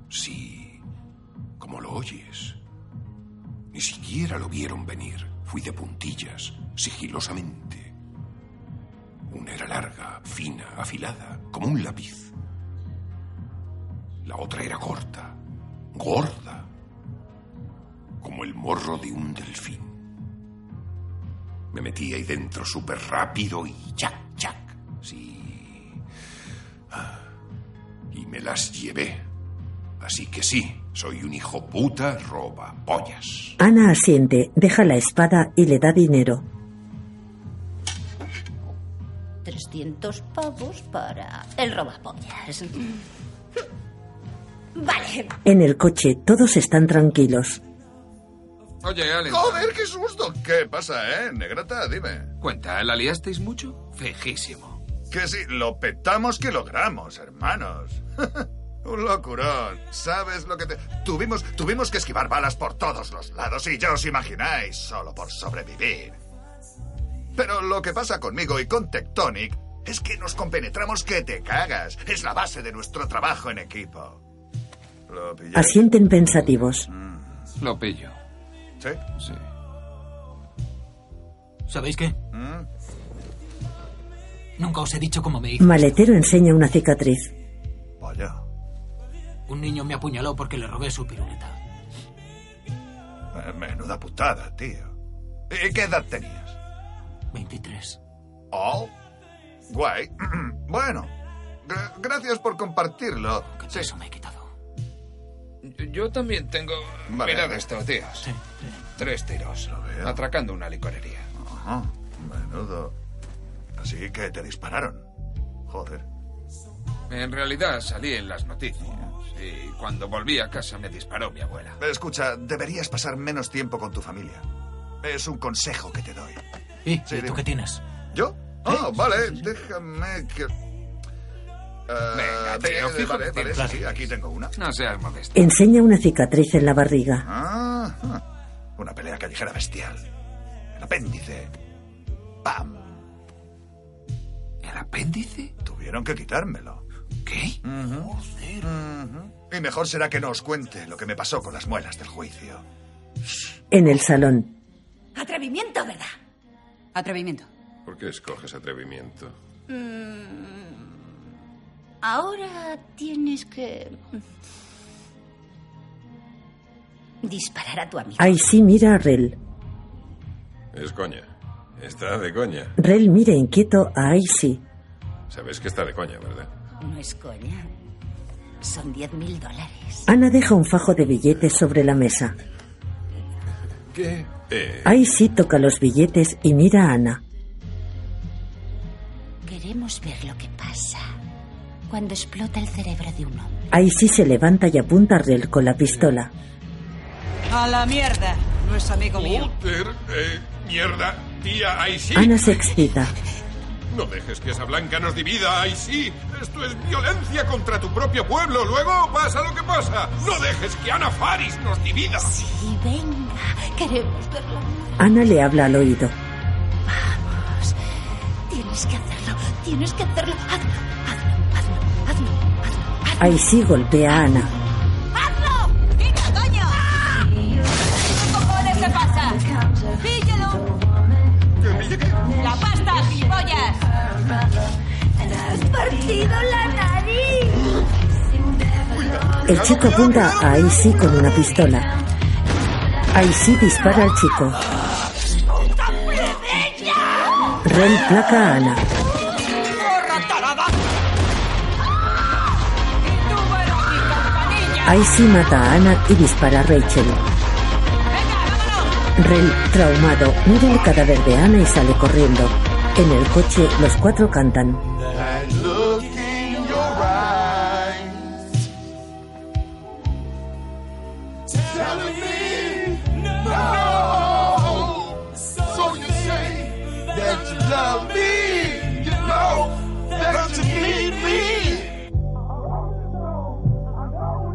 Sí, como lo oyes. Ni siquiera lo vieron venir. Fui de puntillas, sigilosamente. Una era larga, fina, afilada, como un lápiz. La otra era corta, gorda como el morro de un delfín. Me metí ahí dentro súper rápido y chac, chac. Sí. Ah, Y me las llevé. Así que sí, soy un hijo puta roba pollas.
Ana asiente, deja la espada y le da dinero.
300 pavos para el robapollas. Vale.
En el coche todos están tranquilos.
Oye, Allen.
Joder, qué susto. ¿Qué pasa, eh? Negrata, dime.
Cuenta, ¿la liasteis mucho? Fijísimo.
Que si lo petamos que logramos, hermanos. Un locurón. ¿Sabes lo que te...? Tuvimos, tuvimos que esquivar balas por todos los lados y ya os imagináis, solo por sobrevivir. Pero lo que pasa conmigo y con Tectonic es que nos compenetramos que te cagas. Es la base de nuestro trabajo en equipo. Lo pillo.
Asienten pensativos.
Lo pillo.
¿Sí?
Sí.
¿Sabéis qué?
¿Mm?
Nunca os he dicho cómo
Mm.
me hizo.
Maletero enseña una cicatriz.
Vaya.
Un niño me apuñaló porque le robé su piruleta.
Eh, Menuda putada, tío. ¿Y qué edad tenías?
23.
Oh, guay. Bueno, gra- gracias por compartirlo. Sí. Eso
me he quitado.
Yo también tengo.
Vale.
Mirad esto, tíos. Tres tiros. Atracando una licorería.
Ajá, menudo. Así que te dispararon. Joder.
En realidad salí en las noticias. Y cuando volví a casa me disparó mi abuela.
Escucha, deberías pasar menos tiempo con tu familia. Es un consejo que te doy.
¿Y
Sí,
tú
dime.
qué tienes?
¿Yo? Ah, vale, déjame que... Ah,
Venga,
de-
tío,
de-
fijo
vale,
que
vale,
tienes.
sí, aquí tengo una.
No seas modesto.
Enseña una cicatriz en la barriga.
Ah, ah. una pelea callejera bestial. El apéndice. ¡Pam!
¿El apéndice?
Tuvieron que quitármelo.
¿Qué?
Y mejor será que no os cuente lo que me pasó con las muelas del juicio.
En el salón,
Atrevimiento, ¿verdad?
Atrevimiento.
¿Por qué escoges atrevimiento?
Mm, Ahora tienes que... Disparar a tu amigo.
Aisy mira a Rel.
Es coña. Está de coña.
Rel mira inquieto a Aisy.
Sabes que está de coña, ¿verdad?
No es coña. Son 10 mil dólares.
Ana deja un fajo de billetes sobre la mesa.
¿Qué? Eh,
Aisy toca los billetes y mira a Ana.
Queremos ver lo que pasa cuando explota el cerebro de un hombre.
Aisy se levanta y apunta a Rel con la pistola.
A la mierda. No es amigo mío.
eh, mierda, tía, ahí sí.
Ana se excita.
No dejes que esa blanca nos divida, ahí sí. Esto es violencia contra tu propio pueblo. Luego pasa lo que pasa. No dejes que Ana Faris nos divida.
Sí, venga, queremos verlo.
Ana le habla al oído.
Vamos. Tienes que hacerlo, tienes que hacerlo. Hazlo, hazlo,
Aisy golpea a Ana.
hazlo, hazlo. ¡Hazlo! ¡Venga, coño!
¿Qué cojones te pasa? ¡Píllalo! ¡La pasta, gilipollas!
¡Has partido la nariz!
El chico apunta a Aisy con una pistola. Aisy dispara al chico. Rel placa a Ana.
¡Corra, tarada!
Icy mata a Anna y dispara a Rachel. Ray, traumado, mira el cadáver de Anna y sale corriendo. En el coche, los cuatro cantan.
That look in your eyes, telling me no. So you say that you love me, you know that you need me.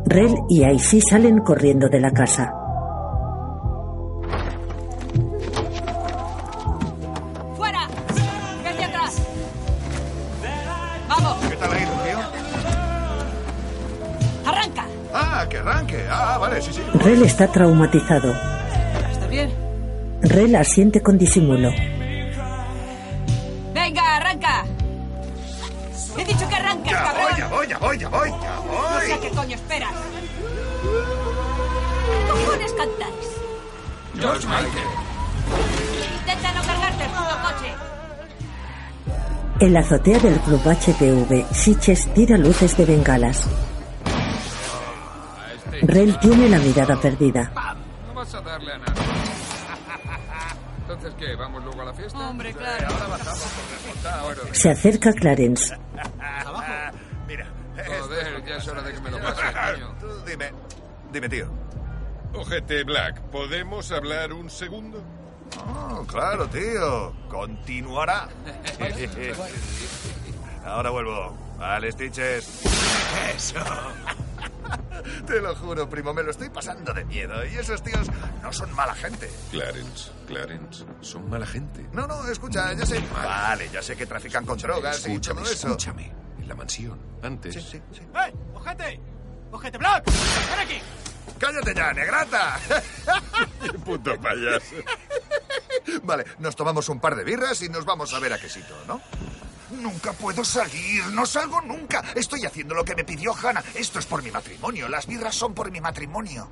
Rel y Icy salen corriendo de la casa.
¡Fuera! ¡Desde atrás! ¡Vamos!
¿Qué tal ha ido, tío?
¡Arranca!
Ah, que arranque. Ah, vale, sí, sí.
Rel está traumatizado.
¿Estás bien?
Rel asiente con disimulo.
¡Venga, arranca! ¡He dicho que arranques,
Ya
cabrón!
voy, ya voy, ya voy, ya voy, ya
No sé a
voy.
qué coño esperas. ¿Qué cojones cantáis?
George Michael.
Intenta no cargarte el puto coche.
En la azotea del club HTV, Sitches tira luces de bengalas. Rel tiene la mirada perdida.
No vas a darle a nada. Entonces, ¿qué? ¿Vamos luego a la fiesta? Hombre, claro. ahora bajamos
Se acerca Clarence.
Mira.
Joder, ya es hora de que me lo pases, coño.
dime. Dime, tío.
Ojete Black, ¿podemos hablar un segundo?
Oh, claro, tío. Continuará. Ahora vuelvo. Vale, Stitches. Eso. Te lo juro, primo, me lo estoy pasando de miedo. Y esos tíos no son mala gente.
Clarence, Clarence, son mala gente.
No, no, escucha, ya sé. Vale, ya sé que trafican con drogas y
Escúchame,
todo eso.
escúchame. En la mansión, antes. Sí, sí, sí.
¡Eh! ¡Ojete! ¡Ojete Black! ¡Ven aquí!
¡Cállate ya, negrata!
¡Qué puto payaso!
Vale, nos tomamos un par de birras y nos vamos a ver a quesito, ¿no? Nunca puedo salir, no salgo nunca. Estoy haciendo lo que me pidió Hannah. Esto es por mi matrimonio, las birras son por mi matrimonio.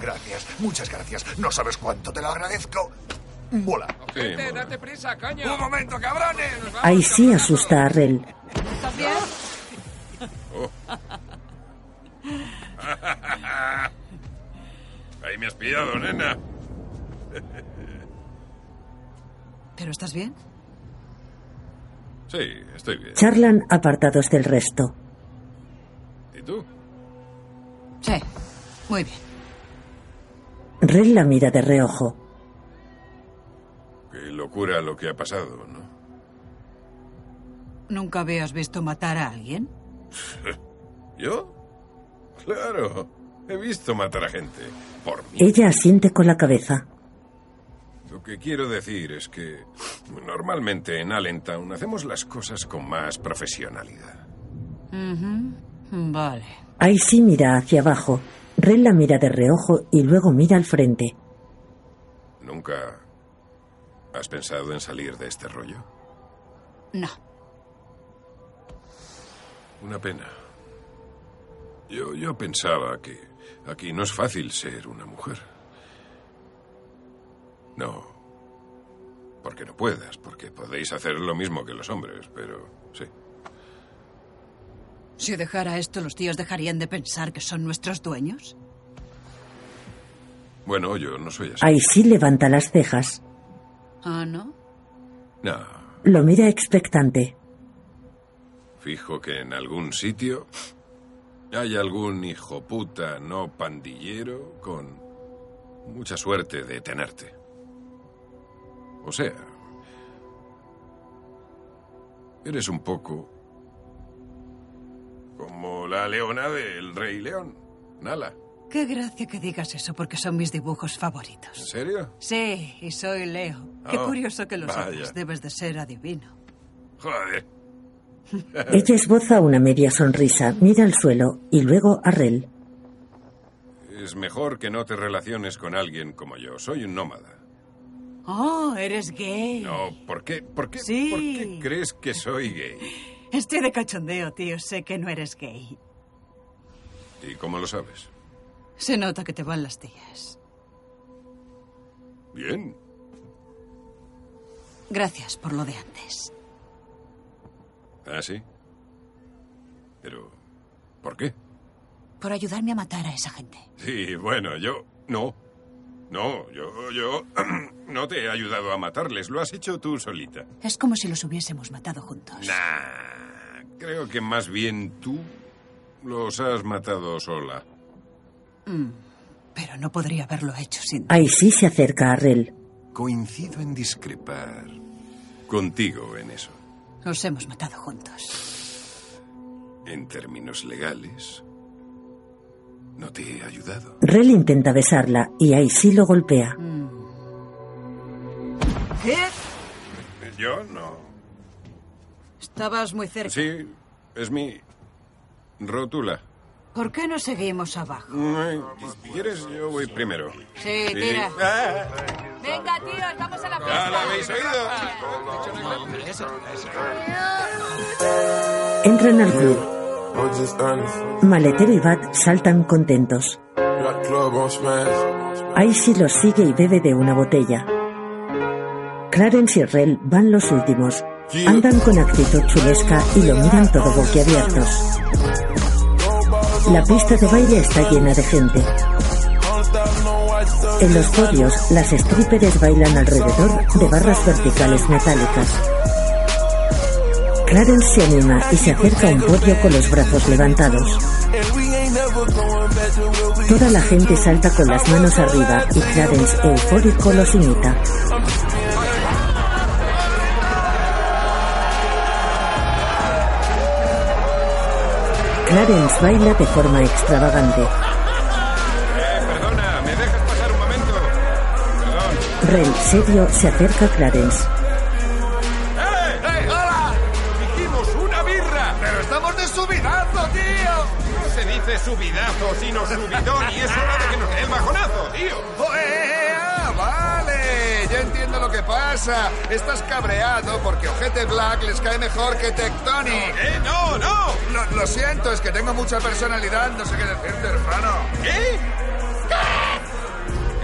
Gracias, muchas gracias. No sabes cuánto te lo agradezco. Mola.
Gente, date prisa, coño.
Un momento, cabrones.
Icy asusta a Rel.
¿Estás bien?
Oh. Ahí me has pillado, nena.
¿Pero estás bien?
Sí, estoy bien.
Charlan apartados del resto.
¿Y tú?
Sí. Muy bien.
Rel la mira de reojo.
Qué locura lo que ha pasado, ¿no?
¿Nunca habías visto matar a alguien?
¿Yo? Claro. He visto matar a gente. Por mí.
Ella asiente con la cabeza.
Lo que quiero decir es que normalmente en Allentown hacemos las cosas con más profesionalidad.
Ujú. Vale.
Icy mira hacia abajo. Rel la mira de reojo y luego mira al frente.
¿Nunca has pensado en salir de este rollo?
No.
Una pena. Yo, yo pensaba que aquí no es fácil ser una mujer. No. Porque no puedas, porque podéis hacer lo mismo que los hombres, pero sí.
Si dejara esto, ¿los tíos dejarían de pensar que son nuestros dueños?
Bueno, yo no soy así.
Icy levanta las cejas.
Ah, ¿no?
No.
Lo mira expectante.
Fijo que en algún sitio hay algún hijo puta no pandillero con mucha suerte de tenerte. O sea, eres un poco como la leona del rey león. Nala,
Qué gracia que digas eso, porque son mis dibujos favoritos.
¿en serio?
Sí, y soy Leo. Qué
Oh,
curioso que lo
vaya.
sepas. Debes de ser adivino.
Joder.
Ella esboza una media sonrisa, mira al suelo y luego a Rel.
Es mejor que no te relaciones con alguien como yo. Soy un nómada.
Oh, eres gay.
No, ¿por qué? ¿Por qué?
Sí.
¿Por qué crees que soy gay?
Estoy de cachondeo, tío. Sé que no eres gay.
¿Y cómo lo sabes?
Se nota que te van las tías.
Bien,
Gracias por lo de antes.
¿Ah, sí? Pero, ¿por qué?
por ayudarme a matar a esa gente.
Sí, bueno, yo... No. No, yo... yo... No te he ayudado a matarles, lo has hecho tú solita.
Es como si los hubiésemos matado juntos.
Nah, creo que más bien tú los has matado sola.
Mm, pero no podría haberlo hecho sin...
Aishi se acerca a Rel.
Coincido en discrepar contigo en eso.
Los hemos matado juntos.
En términos legales, no te he ayudado.
Rel intenta besarla y Aishi lo golpea.
¿Qué?
Yo no.
Estabas muy cerca.
Sí, es mi rótula.
¿Por qué no seguimos abajo?
Ay, ¿Quieres? Yo voy primero.
Sí, tira.
Ah,
Venga, tío, estamos en la
¿Ya la habéis oído?
Entran al club. Maletero y Bat saltan contentos. Aishi los sigue y bebe de una botella. Clarence y Rel van los últimos. Andan con actitud chulesca y lo miran todo boquiabiertos. La pista de baile está llena de gente. En los podios, las strippers bailan alrededor de barras verticales metálicas. Clarence se anima y se acerca a un podio con los brazos levantados. Toda la gente salta con las manos arriba y Clarence, eufórico, los imita. Clarence baila de forma extravagante.
Eh, perdona, ¿me dejas pasar un momento? Perdón.
Rel, serio, se acerca a Clarence.
¡Eh! ¡Eh! ¡Hola! Dijimos una birra.
¡Pero estamos de subidazo, tío!
No se dice subidazo, sino subidón. Y es hora de que nos dé el bajonazo, tío.
¡Oh, eh, eh, eh! ¡Ah, vale! Ya entiendo lo que pasa. Estás cabreado porque Ojete Black les cae mejor que Tectonic.
¡Eh, no, no!
Lo, lo siento, es que tengo mucha personalidad, no sé qué decirte, hermano.
¿Qué?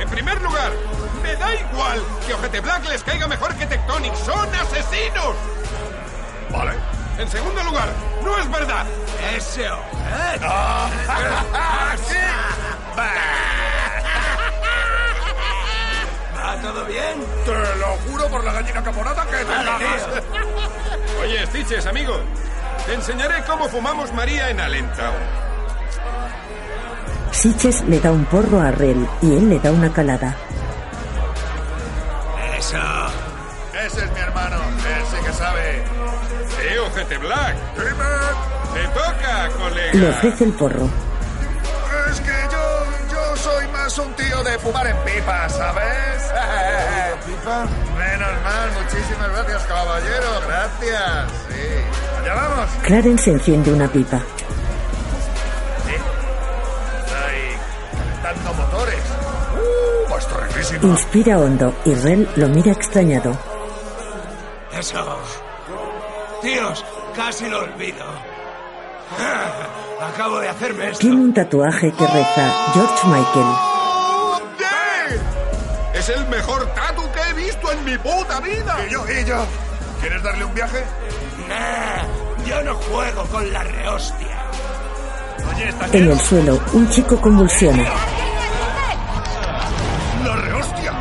En primer lugar, me da igual que Ojete Black les caiga mejor que Tectonic. ¡Son asesinos!
Vale.
En segundo lugar, no es verdad. Ese ojete.
Ah.
Ah,
¿Va todo bien?
Te lo juro por la gallina caponata que te cagas.
Oye, Stitches, amigo. Te enseñaré cómo fumamos María en Allentown.
Sitches le da un porro a Rel y él le da una calada.
Eso.
Ese es mi hermano, él sí que sabe.
¡Eh, ojete Black!
Dime,
¡Te toca,
Le
colega!
ofrece el porro.
es que yo, yo soy más un tío de fumar en pipa, ¿sabes? ¿Pipa? Menos mal, muchísimas gracias, caballero, gracias. Sí. Allá vamos.
Clarence enciende una pipa.
Sí. Ahí, calentando motores. ¡Uh! Pues riquísimo.
Inspira hondo y Rel lo mira extrañado.
Eso. Tíos, casi lo olvido. Ah, Acabo de hacerme esto.
Tiene un tatuaje que reza George Michael.
¡Eh! ¡Es el mejor tatu que he visto en mi puta vida!
Y yo, y yo. ¿Quieres darle un viaje?
Nah, yo no juego con la rehostia.
Oye, está
En el suelo, un chico convulsiona.
La rehostia.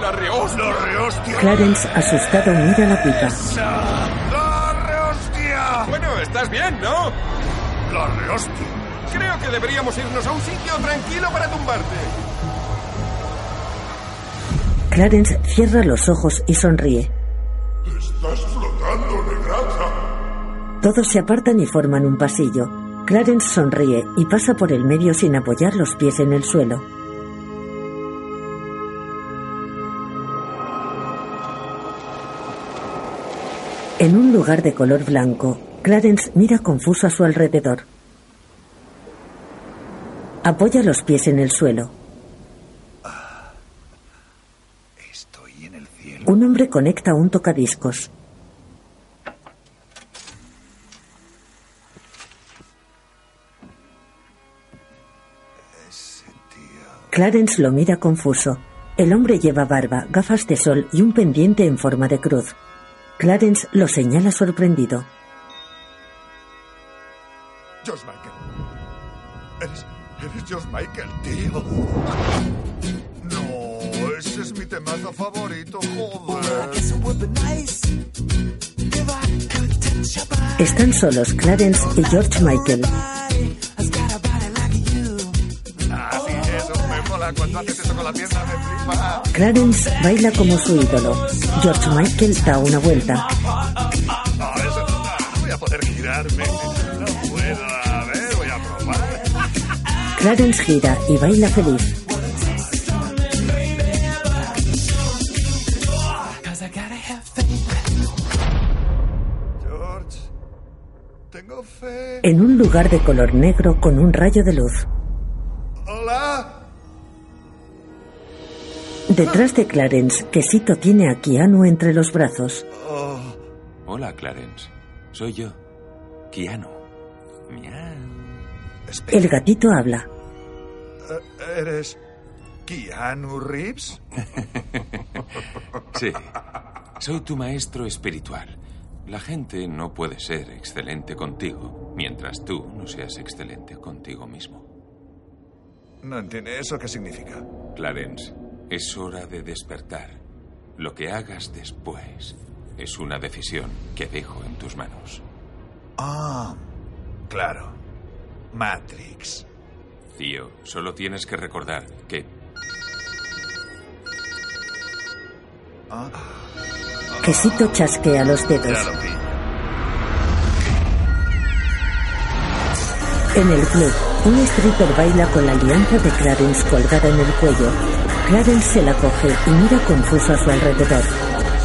¡La reos!
La rehostia.
Clarence, asustado, mira la pipa.
La rehostia.
Bueno, estás bien, ¿no?
La rehostia.
Creo que deberíamos irnos a un sitio tranquilo para tumbarte.
Clarence cierra los ojos y sonríe.
Estás flotando, negraza.
Todos se apartan y forman un pasillo. Clarence sonríe y pasa por el medio sin apoyar los pies en el suelo. En un lugar de color blanco, Clarence mira confuso a su alrededor. Apoya los pies en el suelo.
Ah, Estoy en el cielo.
Un hombre conecta un tocadiscos. Clarence lo mira confuso. El hombre lleva barba, gafas de sol y un pendiente en forma de cruz. Clarence lo señala sorprendido.
George Michael. Eres, eres George Michael, tío. No, ese es mi temazo favorito, joder.
Están solos Clarence y George Michael.
Así Ah, eso me mola. Cuando haces eso con la pierna me flipa.
Clarence baila como su ídolo. George Michael da una vuelta.
No, eso no, no voy a poder girarme. No puedo. A ver, voy a probar.
Clarence gira y baila feliz. En un lugar de color negro con un rayo de luz.
Hola.
Detrás de Clarence, Quesito tiene a Keanu entre los brazos.
Oh.
Hola, Clarence. Soy yo, Keanu. Miau.
El gatito habla.
E- ¿Eres Keanu Reeves?
Sí. Soy tu maestro espiritual. La gente no puede ser excelente contigo mientras tú no seas excelente contigo mismo.
No entiendo eso qué significa.
Clarence, es hora de despertar. Lo que hagas después es una decisión que dejo en tus manos.
Ah, claro. Matrix.
Tío, solo tienes que recordar que
Quesito chasquea los dedos. En el club, un stripper baila con la alianza de Clarence colgada en el cuello. Clarence se la coge y mira confuso a su alrededor.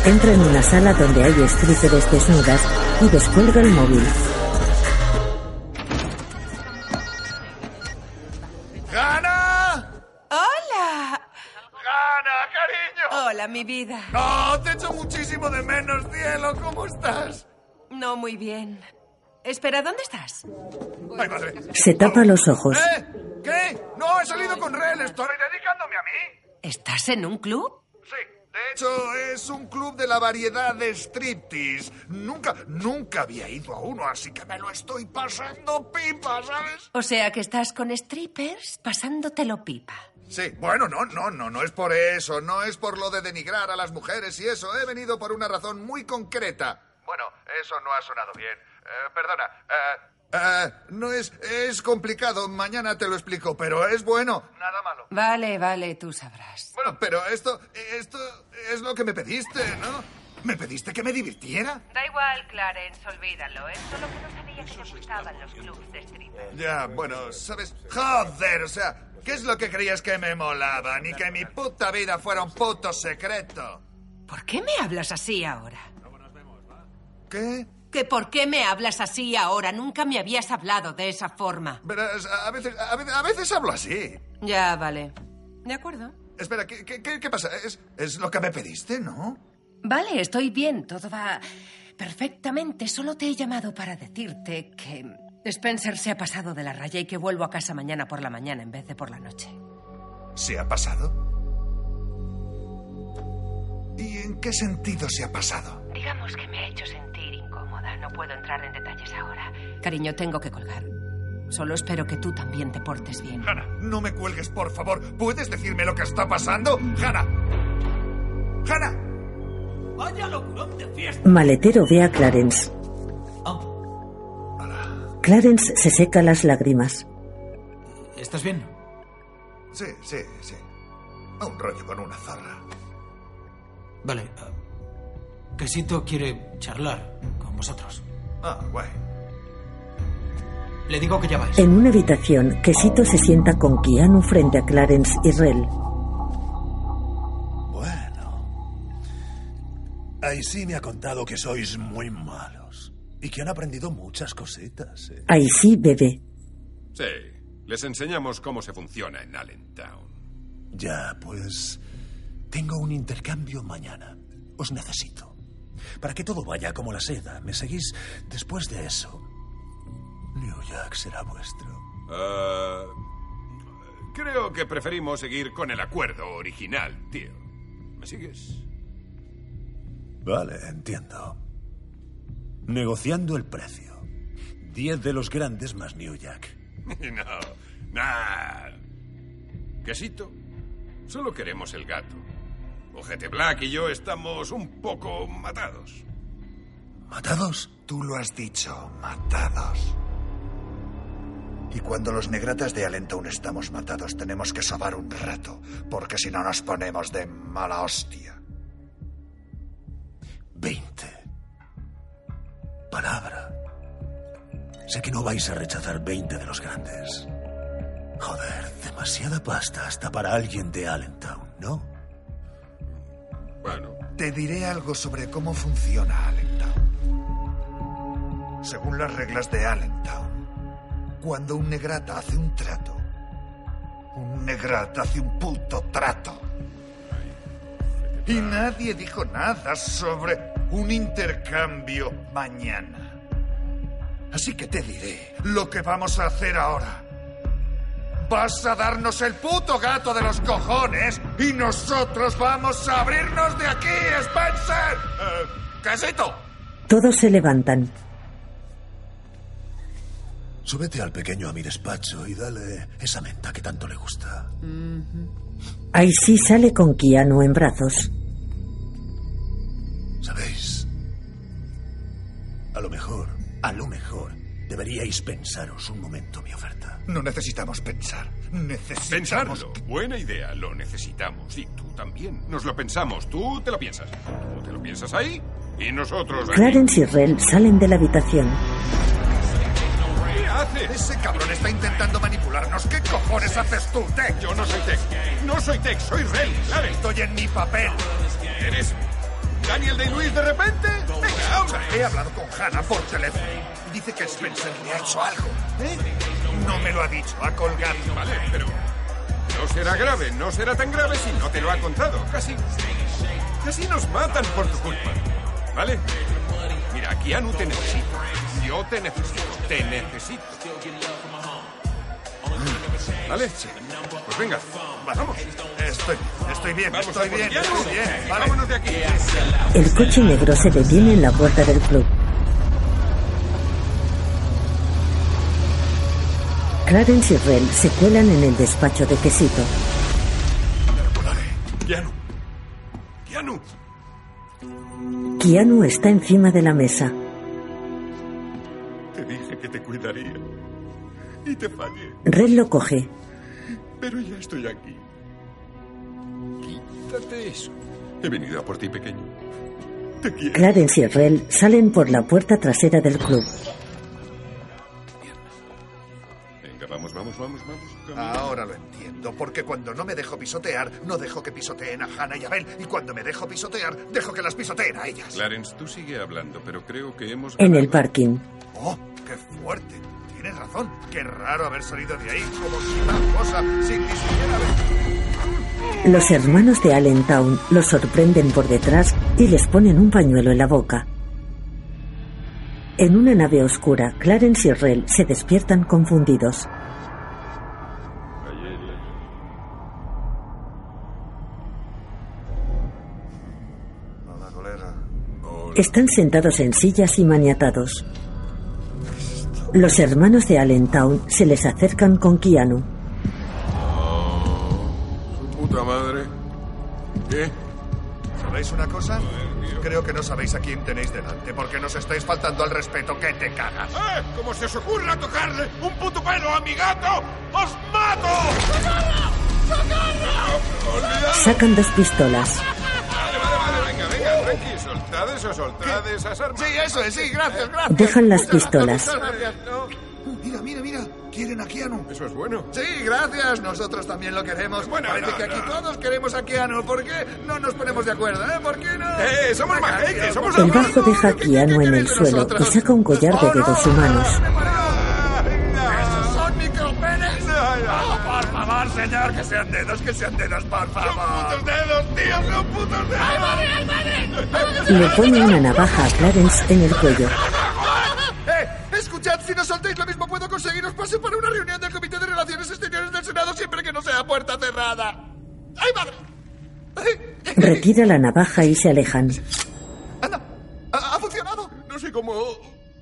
Entra en una sala donde hay strippers desnudas y descuelga el móvil.
¡Gana!
¡Hola!
¡Gana, cariño!
Hola, mi vida.
¡No, te echo muchísimo de menos, cielo! ¿Cómo estás?
No muy bien. Espera, ¿dónde estás?
¡Ay, madre!
Se tapa los ojos.
¿Eh? ¿Qué? No, he salido con Rel, estoy dedicándome a mí.
¿Estás en un club?
De hecho, es un club de la variedad de striptease. Nunca, nunca había ido a uno, así que me lo estoy pasando pipa, ¿sabes?
O sea que estás con strippers pasándotelo pipa.
Sí, bueno, no, no, no, no es por eso, no es por lo de denigrar a las mujeres y eso, he venido por una razón muy concreta. Bueno, eso no ha sonado bien. Eh, perdona. eh, eh, no es, es complicado, mañana te lo explico, pero es bueno. Nada malo.
Vale, vale, tú sabrás.
Bueno, pero esto, esto es lo que me pediste, ¿no? ¿Me pediste que me divirtiera?
Da igual, Clarence, olvídalo. Es solo que no sabía que te gustaban los clubs de stripper.
Ya, bueno, ¿sabes? Joder, o sea, ¿qué es lo que creías que me molaba? Ni que mi puta vida fuera un puto secreto.
¿Por qué me hablas así ahora?
¿Qué?
¿Que por qué me hablas así ahora? Nunca me habías hablado de esa forma.
Verás, a a veces, a veces, a veces hablo así.
Ya, vale. De acuerdo.
Espera, ¿qué, qué- qué- qué pasa? ¿Es, es lo que me pediste, ¿no?
Vale, estoy bien, todo va perfectamente. Solo te he llamado para decirte que Spencer se ha pasado de la raya y que vuelvo a casa mañana por la mañana en vez de por la noche.
¿Se ha pasado? ¿Y en qué sentido se ha pasado?
Digamos que me ha hecho sentir incómoda. No puedo entrar en detalles ahora.
Cariño, tengo que colgar. Solo espero que tú también te portes bien.
No me cuelgues, por favor. ¿Puedes decirme lo que está pasando? ¡Hanna! ¡Hanna!
¡Vaya locurón de fiesta!
Maletero ve a Clarence. Clarence se seca las lágrimas.
¿Estás bien?
Sí, sí, sí. A un rollo con una zorra.
Vale. ah, Quesito quiere charlar con vosotros.
Ah, guay.
Le digo que ya vais.
En una habitación, Quesito se sienta con Keanu frente a Clarence y Rel.
Ahí sí me ha contado que sois muy malos y que han aprendido muchas cositas. ¿eh?
Ahí sí bebe.
Sí, les enseñamos cómo se funciona en Allentown.
Ya, pues tengo un intercambio mañana. Os necesito. Para que todo vaya como la seda, ¿me seguís? Después de eso, New Jack será vuestro.
Ah, creo que preferimos seguir con el acuerdo original, tío. ¿Me sigues?
Vale, entiendo. Negociando el precio. Diez de los grandes más New Jack.
no, Nah. Quesito, solo queremos el gato. Ojete Black y yo estamos un poco matados.
¿Matados? Tú lo has dicho, matados. Y cuando los negratas de Allentown estamos matados, tenemos que sobar un rato, porque si no nos ponemos de mala hostia.
Veinte. Palabra. Sé que no vais a rechazar 20 de los grandes. Joder, demasiada pasta hasta para alguien de Allentown, ¿no?
Bueno.
Te diré algo sobre cómo funciona Allentown. Según las reglas de Allentown, cuando un negrata hace un trato, un negrata hace un puto trato. Y nadie dijo nada sobre un intercambio mañana. Así que te diré lo que vamos a hacer ahora. Vas a darnos el puto gato de los cojones y nosotros vamos a abrirnos de aquí, Spencer. Eh, ¡Casito!
Todos se levantan.
Súbete al pequeño a mi despacho y dale esa menta que tanto le gusta.
Aisy sale con Keanu en brazos.
¿Sabéis? A lo mejor, a lo mejor, deberíais pensaros un momento mi oferta.
No necesitamos pensar. Necesitamos.
Pensarlo. Buena idea, lo necesitamos. Y tú también. Nos lo pensamos, tú te lo piensas. Tú te lo piensas ahí y nosotros. aquí.
Clarence y Rel salen de la habitación.
¿Qué haces? Ese cabrón está intentando manipularnos. ¿Qué cojones haces tú, Tech? Yo no soy Tech. No soy Tech, soy Rel. Claro, estoy en mi papel.
¿Eres Daniel Day-Lewis de repente? Venga, habla.
He hablado con Hannah por teléfono. Dice que Spencer le ha hecho algo. ¿Eh? No me lo ha dicho, ha colgado.
Vale, pero. No será grave, no será tan grave si no te lo ha contado. Casi. Casi nos matan por tu culpa. ¿Vale? Mira, Keanu te necesito. Yo te necesito. Te necesito. ¿Vale? Pues venga, vamos.
Estoy, estoy bien,
Vamos
estoy
a por
bien,
Keanu.
estoy bien. Vale.
Vámonos de aquí.
El coche negro se detiene en la puerta del club. Clarence y Rel se cuelan en el despacho de Quesito.
Keanu. Keanu.
Keanu está encima de la mesa.
Te dije que te cuidaría. Y te fallé.
Rel lo coge.
Pero ya estoy aquí. Quítate eso. He venido a por ti, pequeño. Te quiero.
Clarence y Rel salen por la puerta trasera del club.
Venga, vamos, vamos, vamos, vamos.
Ahora lo entiendo, porque cuando no me dejo pisotear, no dejo que pisoteen a Hannah y a Bell, y cuando me dejo pisotear, dejo que las pisoteen a ellas.
Clarence, tú sigue hablando, pero creo que hemos...
En el parking,
¡Oh, qué fuerte! Tienes razón, qué raro haber salido de ahí como si una cosa, sin ni siquiera
los hermanos de Allentown los sorprenden por detrás y les ponen un pañuelo en la boca. En una nave oscura, Clarence y Rel se despiertan confundidos.
Hola, colega.
Están sentados en sillas y maniatados. Los hermanos de Allentown se les acercan con Keanu.
Puta madre. ¿Qué?
¿Sabéis una cosa? Creo que no sabéis a quién tenéis delante, porque nos estáis faltando al respeto que te cagas.
¡Eh! ¡Como se os ocurra tocarle un puto pelo a mi gato! ¡Os mato!
Sacan dos pistolas.
Vale, vale, vale, venga, venga, tranqui. Soltad eso, soltad esas armas.
Sí, eso es, sí, gracias, gracias.
Dejan las pistolas.
Eh, Uh, Mira, mira, mira. Quieren a Keanu.
Eso es bueno.
Sí, gracias. Nosotros también lo queremos.
Bueno,
Parece
no,
que aquí
no.
todos queremos a Keanu. ¿Por qué no nos ponemos de acuerdo, eh? ¿Por qué no?
¡Eh! ¡Somos más gente! ¡Somos
El
amigos!
bajo deja a Keanu en el suelo y saca un collar de dedos humanos.
¡Estos son micropenes! ¡Oh, por favor, señor! ¡Que sean dedos, que sean dedos, por favor! ¡Son putos dedos, tío! ¡Son putos dedos! ¡Ay, madre, ay, madre!
Le pone una navaja a Clarence en el cuello.
¡Eh! Escuchad, si no soltáis lo mismo, puedo conseguiros pase para una reunión del Comité de Relaciones Exteriores del Senado siempre que no sea puerta cerrada. ¡Ay, madre!
Retira la navaja y se alejan.
¡Ha, ha funcionado!
No sé cómo...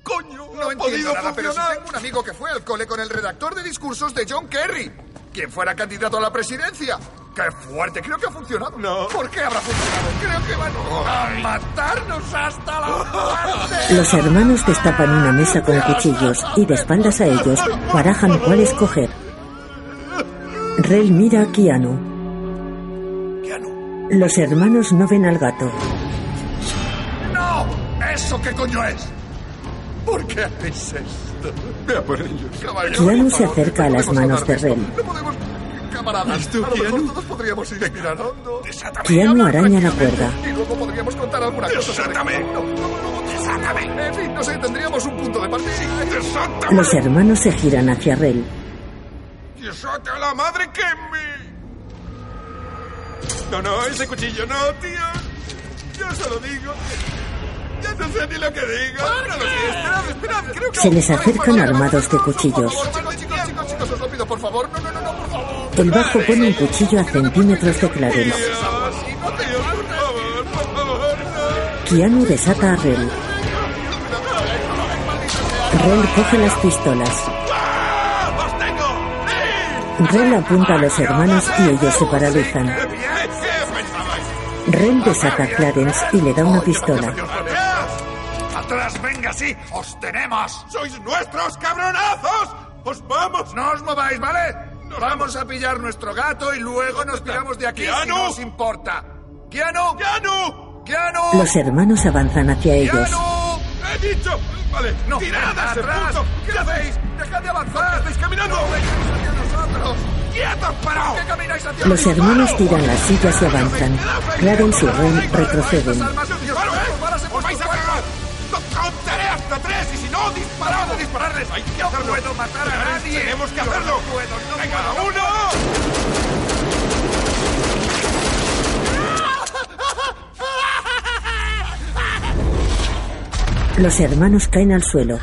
coño
No
ha
entiendo
podido
nada, pero si
funcionar?
tengo un amigo que fue al cole con el redactor de discursos de John Kerry, quien fuera candidato a la presidencia. ¡Qué fuerte! Creo que ha funcionado. No. ¿Por qué habrá funcionado? Creo que van a matarnos hasta la muerte.
Los hermanos destapan una mesa con cuchillos y de espaldas a ellos barajan cuál escoger. Rel mira a Keanu. Los hermanos no ven al gato.
¡No! ¿Eso qué coño es? ¿Por qué hacéis esto? Ve a por ellos. Caballeros,
Keanu
por
se
favor,
acerca a las manos de Rel.
Camaradas, a lo mejor todos podríamos ir mirando.
Keanu araña la cuerda.
Y luego podríamos contar alguna cosa. ¡Desátame! No, no, no, ¡Desátame! En fin, no sé, tendríamos un punto de partida. ¡Desátame!
Los hermanos se giran hacia Rel.
¡Desate a la madre que me... No, no, ese cuchillo no, tío. Yo se lo digo. Ya no sé ni lo que digo. No lo sé. Esperad, esperad. Creo que...
Se les acercan armados de cuchillos.
Chicos, chicos, chicos, chicos, os lo pido, por favor. No, no, no, no, por favor.
El bajo pone un cuchillo a centímetros de Clarence. Keanu desata a Rel. Rel coge las pistolas. Rel apunta a los hermanos y ellos se paralizan. Rel desata a Clarence y le da una pistola.
¡Atrás, venga, sí! ¡Os tenemos! ¡Sois nuestros, cabronazos! ¡Os vamos! ¡No os mováis, ¿vale? vamos a pillar nuestro gato y luego nos piramos de aquí si
¡Keanu!
no os importa. ¡Keanu! ¡Keanu! ¡Keanu!
Los hermanos avanzan hacia ellos.
¡He dicho! Vale, no. ¡Tirad atrás! ¿Qué hacéis? ¡Dejad de avanzar! ¡Estáis caminando! ¡No vengáis hacia nosotros! ¡Quietos, paraos! ¿Qué camináis hacia
Los
mí?
hermanos tiran las sillas y avanzan. Clarence y Rel retroceden.
¡Os vais a cagar! ¡No contaré hasta tres! ¡Y si no, disparad! ¡No dispararles! ¡Hay que hacerlo! ¡No puedo matar a nadie! ¡Tenemos que hacerlo! ¡No puedo! ¡No ¡Venga, uno!
Los hermanos caen al suelo.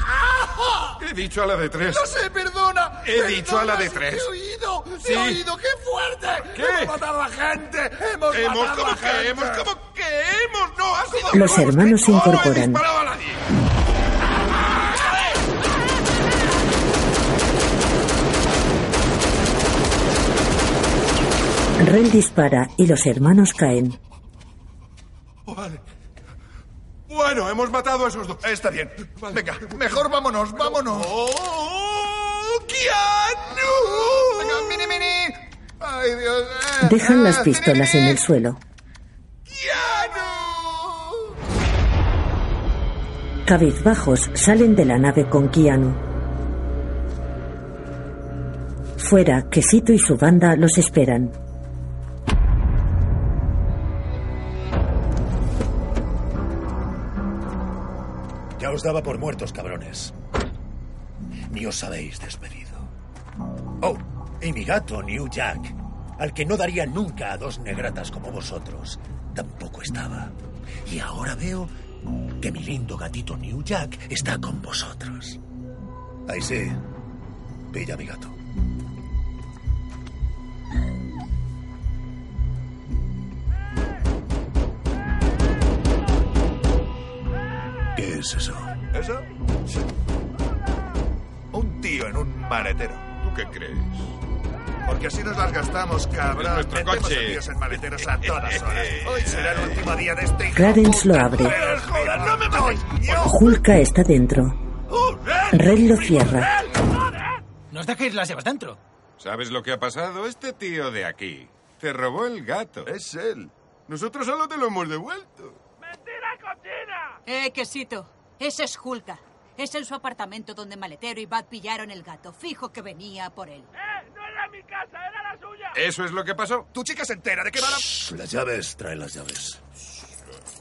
He dicho a la de tres.
No sé, perdona.
He dicho a la de
Perdona,
tres.
sí, He oído, sí.
Sí.
he oído. ¡Qué fuerte!
¿Qué?
¡Hemos matado a gente! ¡Hemos,
Hemos
matado
como
a
que
gente!
hemos,
como que hemos! ¡No, ha sido...
Los hermanos se incorporan. Rel dispara y los hermanos caen.
Oh,
Vale. Bueno, hemos matado a esos dos. Está bien. Venga, mejor vámonos, vámonos. ¡Oh, Keanu! Venga, mini, mini. Ay, Dios. eh.
Dejan las
Ah,
pistolas en el suelo. Cabizbajos salen de la nave con Keanu. Fuera, Quesito y su banda los esperan.
Ya os daba por muertos, cabrones. Ni os habéis despedido. Oh, y mi gato, New Jack, al que no daría nunca a dos negratas como vosotros, tampoco estaba. Y ahora veo que mi lindo gatito New Jack está con vosotros. Ahí sí. Pilla a mi gato. ¿Qué es eso?
¿Eso? Sí. Un tío en un maletero. ¿Tú qué crees? Porque así nos las gastamos, cabrón.
Es nuestro
Metemos
coche.
a tíos en maleteros a todas horas. Hoy será el último día de este...
Clarence lo abre.
¡No me matéis!
Julka está dentro. Red lo cierra.
No os dejéis las llevas dentro.
¿Sabes lo que ha pasado? Este tío de aquí te robó el gato. Es él. Nosotros solo te lo hemos devuelto.
Eh, quesito. Ese es Julka. Es en su apartamento donde Maletero y Bat pillaron el gato. Fijo que venía a por él.
¿Eso es lo que pasó?
Tu chica se entera de que va la...
Las llaves, trae las llaves.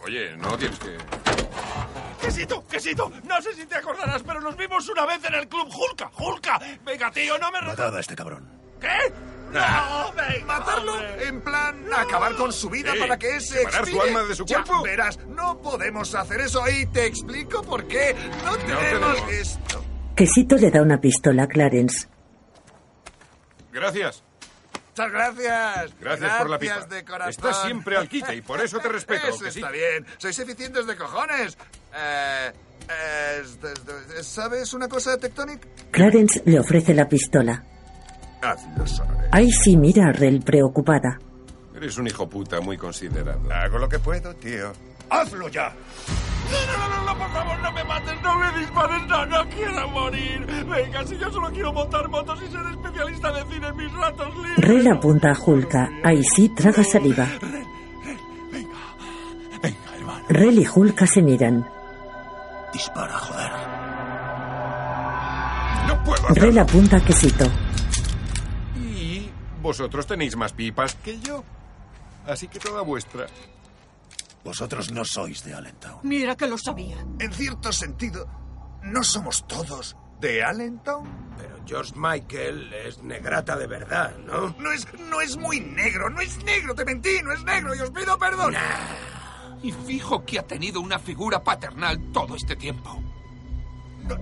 Oye, no tienes que...
Quesito, quesito. No sé si te acordarás, pero nos vimos una vez en el club Julka. Julka. Venga, tío, no me... re-
Matad a este cabrón.
¿Qué? No, venga.
¿Matarlo? En plan, acabar con su vida
Sí,
para que ese
separar su alma de su cuerpo.
Ya verás, no podemos hacer eso ahí. Te explico por qué. No tenemos
tenemos.
esto.
Quesito le da una pistola a Clarence.
Gracias.
Muchas gracias.
Gracias por la pipa.
Gracias de corazón.
Estás siempre al quite y por eso te respeto,
Eso
¿que sí?
está bien. Sois eficientes de cojones. Eh, eh, es- es- es- ¿Sabes una cosa, Tectonic?
Clarence le ofrece la pistola.
Haz los honores.
Icy mira a Rel preocupada.
Eres un hijo puta muy considerado.
Hago lo que puedo, tío. ¡Hazlo ya!
No, no, no, no, por favor, no me mates, no me dispares, no, no quiero morir. Venga, si yo solo quiero montar motos y ser especialista de cine en mis ratos libres.
Rel apunta a Hulka. Icy traga saliva. Rel y Hulka se miran.
Dispara, joder.
Rel apunta a Quesito.
Y vosotros tenéis más pipas que yo. Así que toda vuestra.
Vosotros no sois de Allentown.
Mira que lo sabía. En cierto sentido, ¿no somos todos de Allentown?
Pero George Michael es negrata de verdad, ¿no?
No es, no es muy negro, no es negro, te mentí, no es negro y os pido perdón.
Y fijo que ha tenido una figura paternal todo este tiempo.
No,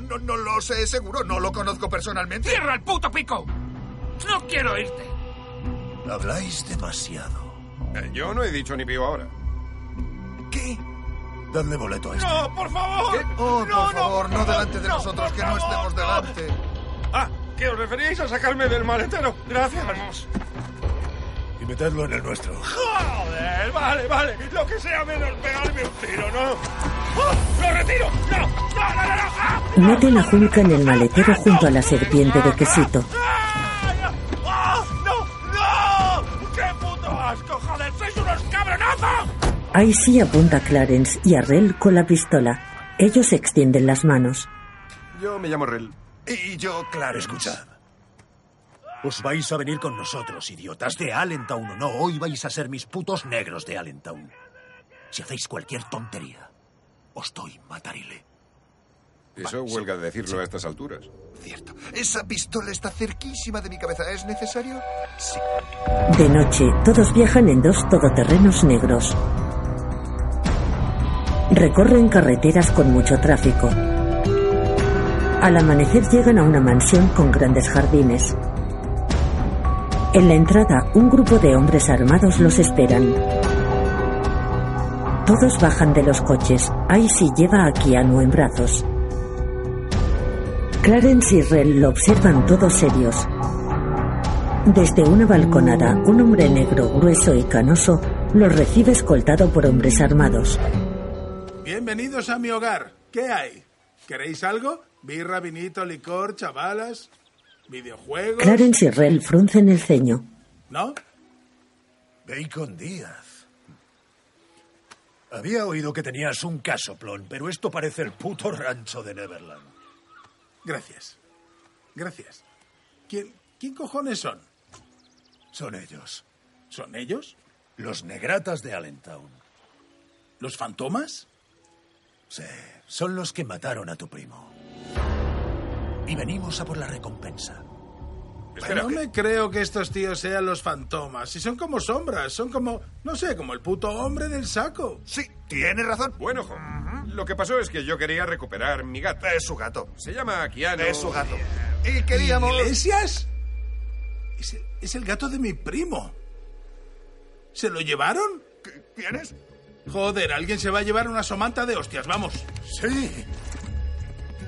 no, no lo sé, seguro, no lo conozco personalmente.
¡Cierra el puto pico! ¡No quiero irte!
Habláis demasiado.
Eh, yo no he dicho ni pío ahora.
¿Qué?
Dadle boleto a este.
No, por favor.
Oh,
no,
por favor, no, delante de nosotros, que no estemos delante.
Ah, que os referíais a sacarme del maletero. Gracias.
Y metedlo en el nuestro.
Joder, vale, vale. Lo que sea menos pegarme un tiro, ¿no? ¡Oh, ¡Lo retiro! ¡No! ¡No, no, no! no! ¡Ah!
Meten a Hulka en el maletero junto a la serpiente de Quesito.
¡Ah! ¡No! ¡No! ¡Qué puto asco! ¡Joder, sois unos cabronazos!
Icy apunta a Clarence y a Rel con la pistola. Ellos extienden las manos.
Yo me llamo Rel.
Y yo, claro.
Escuchad. Os vais a venir con nosotros, idiotas, de Allentown o no. Hoy vais a ser mis putos negros de Allentown. Si hacéis cualquier tontería, os doy matarile.
Ah,
Eso huelga de decirlo a estas alturas.
Esa pistola está cerquísima de mi cabeza. ¿Es necesario? Sí.
De noche, todos viajan en dos todoterrenos negros. Recorren carreteras con mucho tráfico. Al amanecer llegan a una mansión con grandes jardines. En la entrada, un grupo de hombres armados los esperan. Todos bajan de los coches. Icy lleva a Keanu en brazos. Clarence y Rel lo observan todos serios. Desde una balconada, un hombre negro, grueso y canoso, los recibe escoltado por hombres armados.
Bienvenidos a mi hogar. ¿Qué hay? ¿Queréis algo? Birra, vinito, licor, chavalas, videojuegos.
Clarence y Rel fruncen el ceño.
¿No?
Bacon Díaz. Había oído que tenías un casoplón, pero esto parece el puto rancho de Neverland.
Gracias. Gracias. ¿Quién, ¿Quién cojones son?
Son ellos.
¿Son ellos?
Los negratas de Allentown.
¿Los fantomas?
Sí, son los que mataron a tu primo. Y venimos a por la recompensa.
Pero no me creo que estos tíos sean los fantomas. Si son como sombras, son como, no sé, como el puto hombre del saco.
Sí, tienes razón.
Bueno, jo, lo que pasó es que yo quería recuperar mi gato.
Es su gato.
Se llama Keanu.
Es su gato. Y queríamos...
¿Iglesias? Es el, es el gato de mi primo. ¿Se lo llevaron?
¿Tienes?
Joder, alguien se va a llevar una somanta de hostias, vamos.
Sí.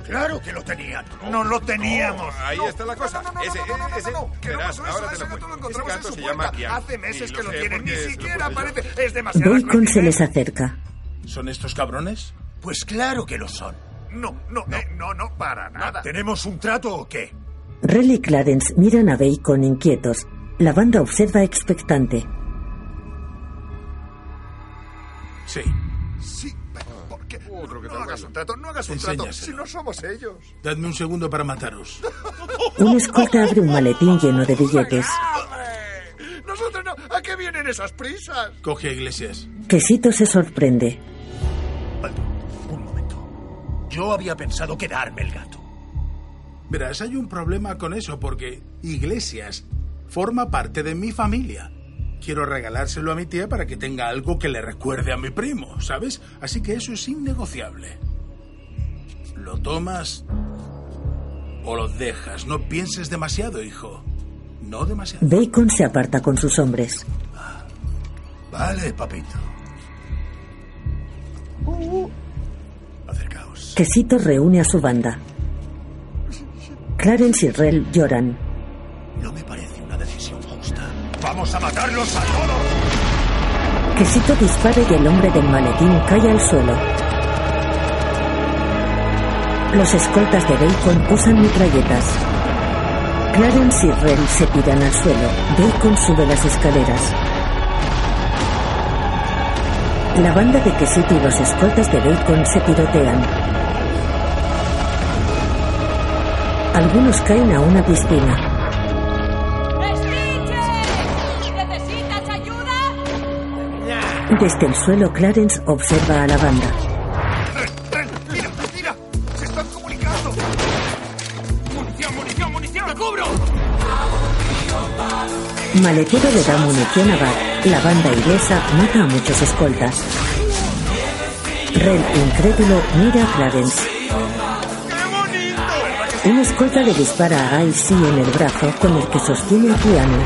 Claro que lo tenían.
No lo teníamos.
ahí está la cosa. ese, ese,
Que no
verás,
pasó
ahora
eso,
te
ese
lo
gato lo
cuento. Ese
encontramos en
gato
su
se llama
puerta.
Keanu.
Hace meses
Y
que
Eh,
lo
sé
tienen,
porque
ni
se lo
siquiera
puse yo.
aparece. Es demasiado...
Bacon se les acerca.
¿Son estos cabrones?
Pues claro que lo son.
No, no, no, no, no, para nada.
¿Tenemos un trato o qué?
Rel y Clarence miran a Bacon inquietos. La banda observa expectante.
Sí.
Sí, pero ¿por qué?
Uh, que
no hagas un trato, no hagas un trato. Si
Enséñaselo.
no somos ellos.
Dadme un segundo para mataros.
Un escolta abre un maletín lleno de billetes.
Nosotros no. ¿A qué vienen esas prisas?
Coge a Iglesias.
Quesito se sorprende.
Yo había pensado quedarme el gato.
Verás, hay un problema con eso porque Iglesias forma parte de mi familia. Quiero regalárselo a mi tía para que tenga algo que le recuerde a mi primo, ¿sabes? Así que eso es innegociable. Lo tomas o lo dejas. No pienses demasiado, hijo. No demasiado.
Bacon se aparta con sus hombres.
Vale, papito.
Uh,
Quesito reúne a su banda. Clarence y Rel lloran.
No me parece una decisión justa. ¡Vamos a matarlos a todos!
Quesito dispara y el hombre del maletín cae al suelo. Los escoltas de Bacon usan metralletas. Clarence y Rel se tiran al suelo. Bacon sube las escaleras. La banda de Quesito y los escoltas de Bacon se tirotean. Algunos caen a una piscina. Desde el suelo, Clarence observa a la banda.
¡Mira, mira! ¡Se están comunicando! ¡Munición, munición, munición! ¡Lo cubro!
Maletero le da munición a Bart. La banda inglesa mata a muchos escoltas. Ren, incrédulo, mira a Clarence. Un escolta le dispara a Icy en el brazo con el que sostiene el piano.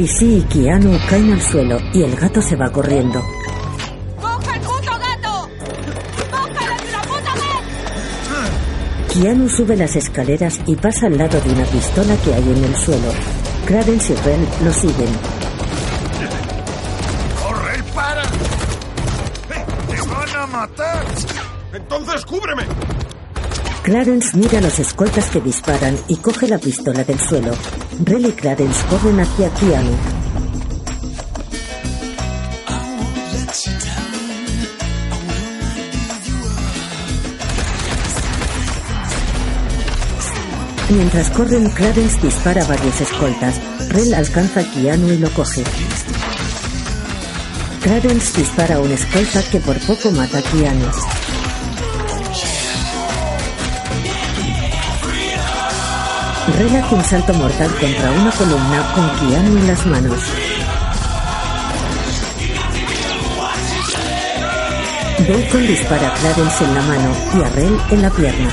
Icy y Keanu caen al suelo y el gato se va corriendo. Keanu sube las escaleras y pasa al lado de una pistola que hay en el suelo. Clarence y Ren lo siguen.
¡Corre, para! ¡Te van a matar! ¡Entonces cúbreme!
Clarence mira a los escoltas que disparan y coge la pistola del suelo. Rel y Clarence corren hacia Keanu. Mientras corren, Clarence dispara a varios escoltas. Rel alcanza a Keanu y lo coge. Clarence dispara a un escolta que por poco mata a Keanu. Rel hace un salto mortal contra una columna con Keanu en las manos. Bacon dispara a Clarence en la mano y a Rel en la pierna.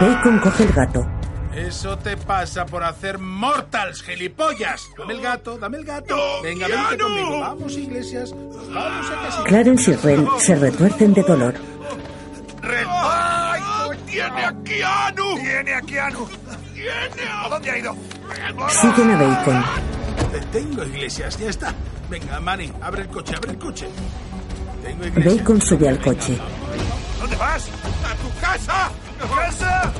Bacon coge el gato.
Eso te pasa por hacer mortals, gilipollas. Dame el gato, dame el gato. Venga, vente conmigo. Vamos, Iglesias. Nos vamos a casa.
Clarence y Rel se retuercen de dolor.
¡Tiene a Keanu! ¡Tiene a Keanu! ¡Tiene a... dónde ha ido?
Siguen a Bacon.
Te Eh, tengo, Iglesias, ya está. Venga, Manny, abre el coche, abre el coche. Tengo, Iglesias.
Bacon sube al coche.
¿Dónde vas? ¡A tu casa! ¡A casa!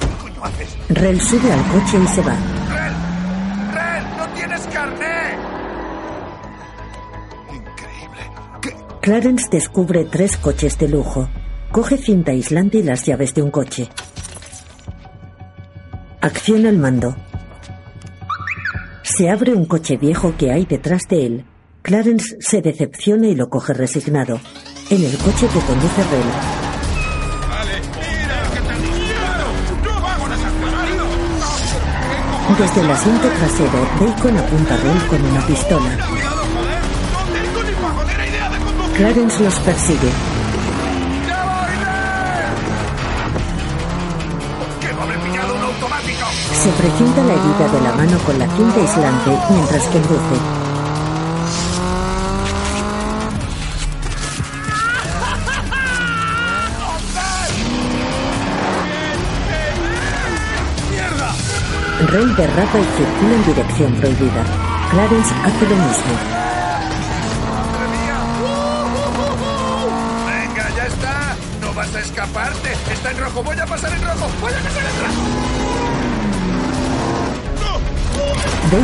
¿Qué coño haces?
Rel sube al coche y se va.
¡Rel! ¡Rel! ¡No tienes carné!
Clarence descubre tres coches de lujo. Coge cinta aislante y las llaves de un coche. Acciona el mando. Se abre un coche viejo que hay detrás de él. Clarence se decepciona y lo coge resignado. En el coche que conduce Rel. Desde el asiento trasero, Bacon apunta a Rel con una pistola. Clarence los persigue. Se presenta la herida de la mano con la cinta aislante mientras conduce. Rey derrapa y circula en dirección prohibida. Clarence hace lo mismo.
¡Venga, ya está! ¡No vas a escaparte! ¡Está en rojo! ¡Voy a pasar en rojo! ¡Voy a pasar en rojo!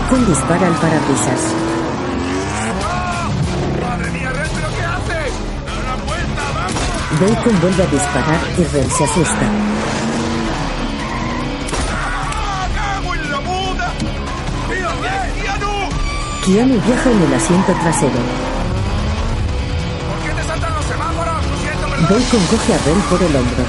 Bacon dispara al parabrisas.
¡Madre mía, Ren, pero qué haces! ¡Da la vuelta, vamos!
Bacon vuelve a disparar y Rel se asusta.
¡Ah, cago en la muda! ¡Tío, eh, tío, no!
Keanu viaja en el asiento trasero.
¿Por qué te saltan los semáforos? Lo siento, ¿verdad?
Bacon coge a Rel por el hombro.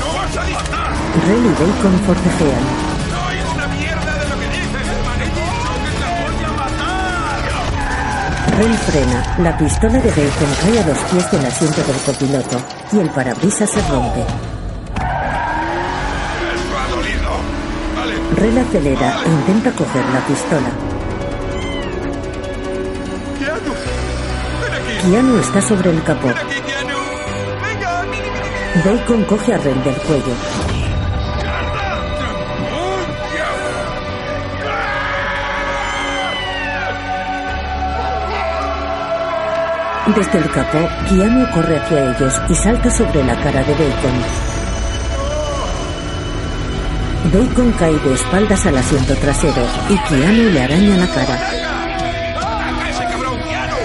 ¡No vas a disparar!
Rel y Bacon forcejean.
¡No hay una mierda de lo que dices, hermanito! ¡Que te voy a matar!
Morel frena, la pistola de Bacon cae a los pies del asiento del copiloto y el parabrisas se rompe.
Esto ha dolido. Vale.
Rel acelera e intenta coger la pistola.
Keanu, ven aquí.
Keanu está sobre el capó.
Ven aquí, Keanu. Venga.
Bacon coge a Rel del cuello. Desde el capó, Keanu corre hacia ellos y salta sobre la cara de Bacon. Bacon cae de espaldas al asiento trasero y Keanu le araña la cara.
¡Ataca a ese cabrón, Keanu!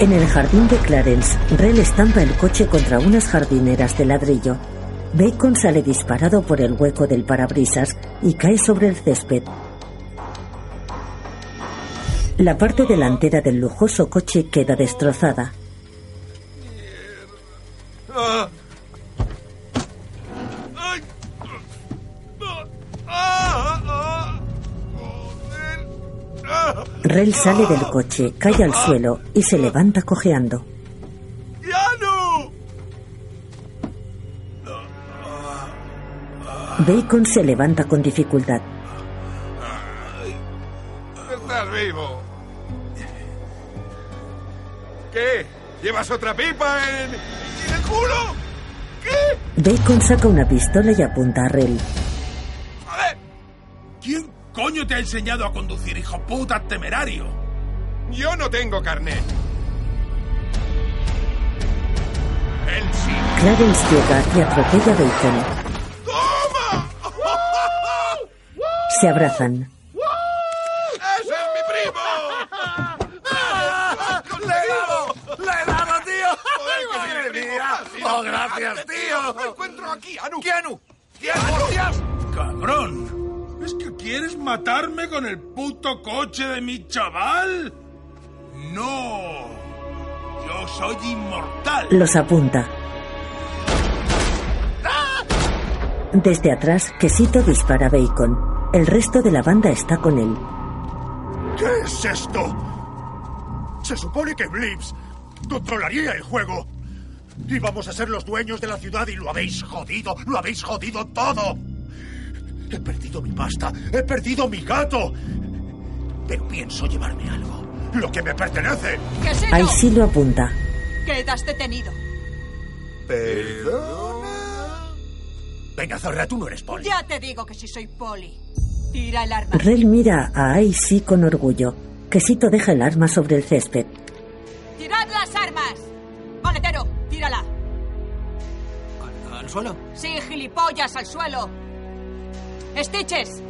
En el jardín de Clarence, Rel estampa el coche contra unas jardineras de ladrillo. Bacon sale disparado por el hueco del parabrisas y cae sobre el césped. La parte delantera del lujoso coche queda destrozada.
¡Ah! ¡Ay! ¡Ah! ¡Ah!
Rel sale del coche, cae al suelo y se levanta cojeando.
¡Keanu!
Bacon se levanta con dificultad.
Estás vivo. ¿Qué? ¿Llevas otra pipa en, en el culo? ¿Qué?
Bacon saca una pistola y apunta a Rel.
¿Quién coño te ha enseñado a conducir, hijo puta temerario?
Yo no tengo carnet. Él sí.
Clarence llega y atropella a Bacon. Se abrazan.
¡Ese es mi primo! ¡Le he dado! ¡Le he dado, tío! ¡Madre mía! ¡Oh, gracias, tío!
¡Me encuentro aquí, Anu!
¡Keanu! ¡Keanu, hostias!
¡Cabrón! ¿Es que quieres matarme con el puto coche de mi chaval? ¡No! Yo soy inmortal.
Los apunta. Desde atrás, Quesito dispara a Bacon. El resto de la banda está con él.
¿Qué es esto? Se supone que Blips controlaría el juego. Íbamos a ser los dueños de la ciudad y lo habéis jodido, lo habéis jodido todo. He perdido mi pasta, he perdido mi gato. Pero pienso llevarme algo, lo que me pertenece.
¡Quesito!
Ahí sí lo apunta.
Quedas detenido.
Venga, zorra, tú no eres poli.
Ya te digo que si soy poli. Tira el arma.
Rel mira a IC con orgullo. Quesito deja el arma sobre el césped.
¡Tirad las armas! Maletero, tírala.
¿Al suelo?
Sí, gilipollas, al suelo. Stitches,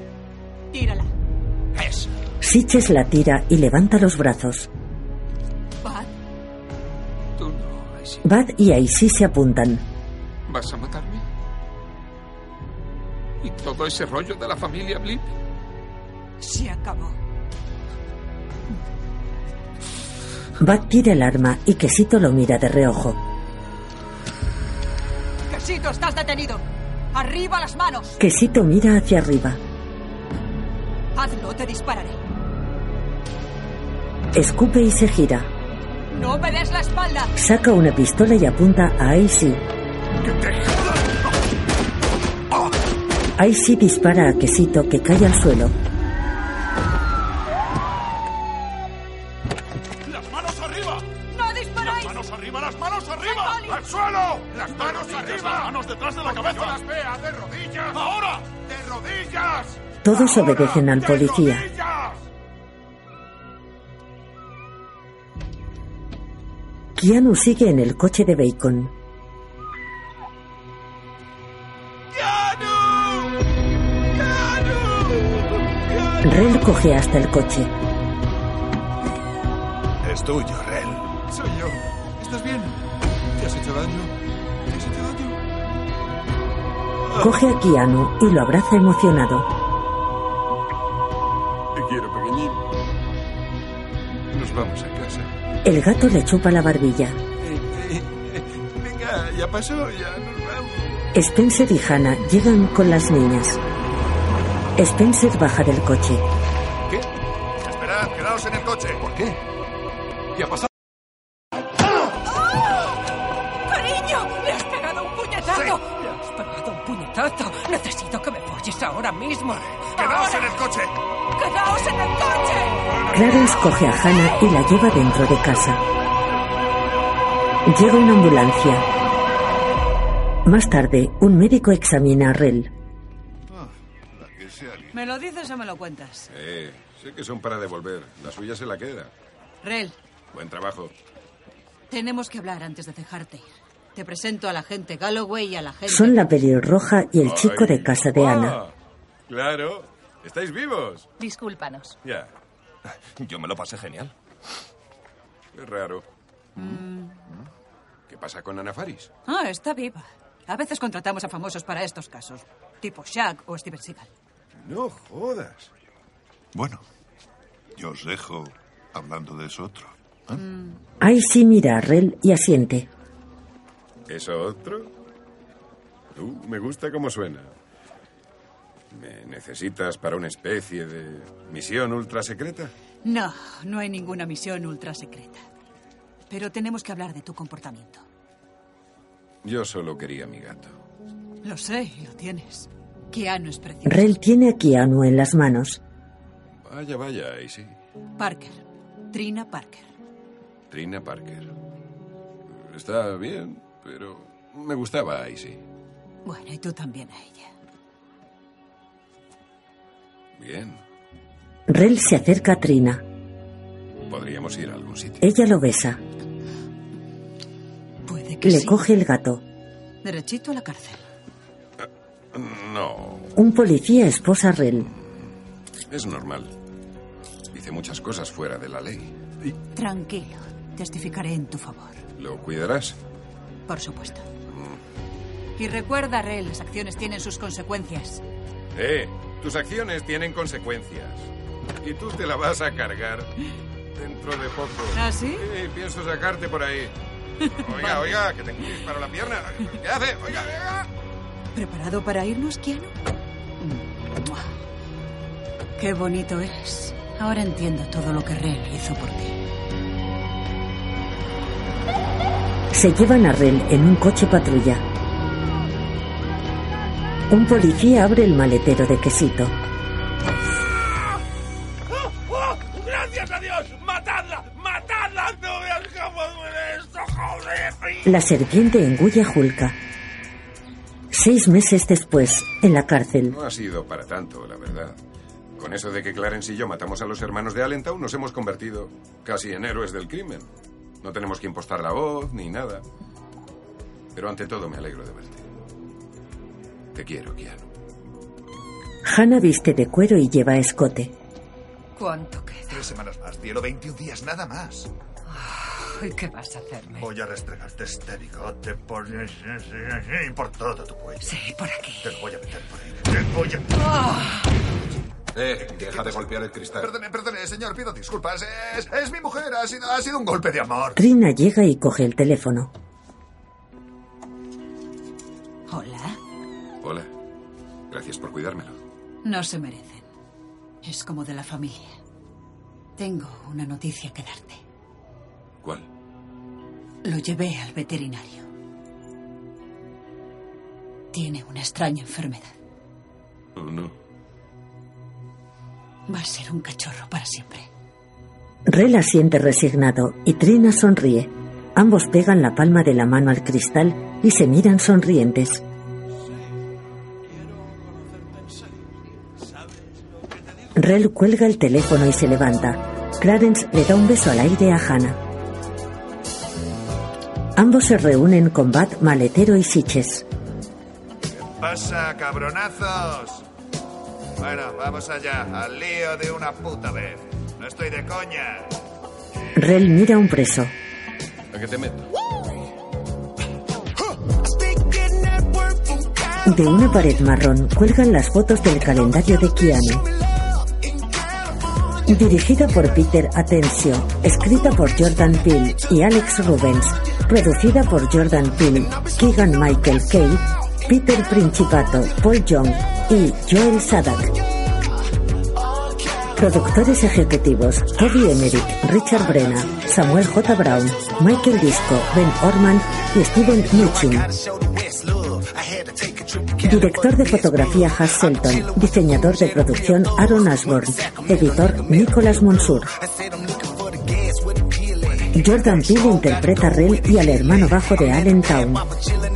tírala.
Es.
Sitches la tira y levanta los brazos.
Bad,
Tú no, Isaac.
Bad y Aisy se apuntan.
¿Vas a matarme? ¿Y todo ese rollo de la familia Blip?
se acabó.
Bad tira el arma y Quesito lo mira de reojo.
Quesito, estás detenido. Arriba las manos.
Quesito mira hacia arriba.
Hazlo, te dispararé.
Escupe y se gira.
No me des la espalda.
Saca una pistola y apunta a Icy. Icy dispara a Quesito que cae al suelo.
¡Las manos arriba!
¡No disparáis!
¡Las manos arriba, las manos arriba! ¡Al suelo! ¡Las manos arriba! ¡Las manos detrás de la cabeza! las veas de rodillas! ¡Ahora! ¡De rodillas!
Todos obedecen al policía. Keanu sigue en el coche de Bacon. Rel coge hasta el coche.
Es tuyo, Rel.
Soy yo. ¿Estás bien? ¿Te has hecho daño? ¿Te has hecho daño?
Coge a Keanu y lo abraza emocionado.
Te quiero, pequeñín. Nos vamos a casa.
El gato le chupa la barbilla.
Venga,
ya pasó, ya nos vamos.
Spencer y Hannah llegan con las niñas. Spencer baja del coche.
Esperad, quedaos en el coche. ¿Por qué?
¿Qué ha pasado?
Oh! ¡Cariño! ¡Le has pegado un puñetazo!
¡Le has pegado un puñetazo! ¡Necesito que me folles ahora mismo!
¡Quedaos en el coche!
¡Quedaos en el coche!
Clarence coge a Hannah y la lleva dentro de casa. Llega una ambulancia. Más tarde, un médico examina a Rel.
La que sea, li-
¿Me lo dices o me lo cuentas?
Eh, sé que son para devolver. La suya se la queda.
Rel,
Buen trabajo.
tenemos que hablar antes de dejarte ir. Te presento a la gente Galloway y a la gente...
Son la pelirroja y el chico de casa de Ana.
Ah, Claro. ¿Estáis vivos?
Discúlpanos.
Ya. Yo me lo pasé genial. Qué raro.
Mm.
¿Qué pasa con Ana Faris?
Ah, está viva. A veces contratamos a famosos para estos casos, tipo Shaq o Steven Seagal.
No jodas.
Bueno, yo os dejo hablando de eso otro.
Ahí sí mira a Rel y asiente.
¿Eso otro? Uh, me gusta cómo suena. ¿Me necesitas para una especie de misión ultra secreta?
No, no hay ninguna misión ultra secreta. Pero tenemos que hablar de tu comportamiento.
Yo solo quería a mi gato.
Lo sé, y lo tienes. Keanu es precioso.
Rel tiene a Keanu en las manos.
Vaya, vaya, ahí sí.
Parker. Trina Parker.
Trina Parker. Está bien, pero me gustaba ahí sí.
Bueno, y tú también a ella.
Bien.
Rel se acerca a Trina.
Podríamos ir a algún sitio.
Ella lo besa.
que
Le
sí.
coge el gato.
Derechito a la cárcel.
No,
Un policía esposa a Rel.
es normal. Hice muchas cosas fuera de la ley.
Tranquilo. Testificaré en tu favor.
¿Lo cuidarás? Mm.
Por supuesto. Y recuerda, Rel, las acciones tienen sus consecuencias.
Eh, tus acciones tienen consecuencias. Y tú te la vas a cargar dentro de poco.
¿Ah, sí?
Sí, pienso sacarte por ahí. Oiga, oiga, que te disparo la pierna. ¿Qué hace? Oiga, oiga.
¿Preparado para irnos, Keanu? Mua. Qué bonito eres. Ahora entiendo todo lo que Rel hizo por ti.
Se llevan a Rel en un coche patrulla. Un policía abre el maletero de quesito.
¡Oh, oh! ¡Gracias a Dios! ¡Matadla! ¡Matadla! ¡No veas cómo duele esto, joder!
La serpiente engulle a Julka. Seis meses después, en la cárcel,
No ha sido para tanto, la verdad. Con eso de que Clarence y yo matamos a los hermanos de Allentown, nos hemos convertido casi en héroes del crimen. No tenemos que impostar la voz ni nada. Pero ante todo, me alegro de verte. Te quiero, Keanu.
Hannah viste de cuero y lleva escote.
¿Cuánto?
Tres semanas más, cielo, 21 días nada más.
¿Y qué vas a hacerme?
Voy a restregarte este bigote por... por todo tu cuello. Sí,
por aquí. Ah.
Te lo voy a meter por ahí. Te voy a...
Eh, deja de golpear el cristal.
Perdone, perdone, señor, pido disculpas. Es, es mi mujer, ha sido, ha sido un golpe de amor.
Trina llega y coge el teléfono.
Hola.
Hola. Gracias por cuidármelo.
No se merecen. Es como de la familia. Tengo una noticia que darte.
¿Cuál?
Lo llevé al veterinario. Tiene una extraña enfermedad.
No.
Va a ser un cachorro para siempre.
Rel asiente resignado y Trina sonríe. Ambos pegan la palma de la mano al cristal y se miran sonrientes. Rel cuelga el teléfono y se levanta. Clarence le da un beso al aire a Hannah. Ambos se reúnen con Bat, Maletero y Siches.
Pasa, cabronazos. Bueno, vamos allá, al lío de una puta vez. No estoy de coña.
Rel mira a un preso.
¿A qué te meto?
De una pared marrón cuelgan las fotos del calendario de Keanu. Dirigida por Peter Atencio, escrita por Jordan Peele y Alex Rubens, producida por Jordan Peele, Keegan Michael Kay, Peter Principato, Paul Young y Joel Sadak. Productores ejecutivos: Toby Emmerich, Richard Brenna, Samuel J. Brown, Michael Disco, Ben Orman y Steven Mnuchin. Director de fotografía Has Selton, diseñador de producción Aaron Ashburn, editor Nicholas Monsur. Jordan Peele interpreta a Rel y al hermano bajo de Allentown.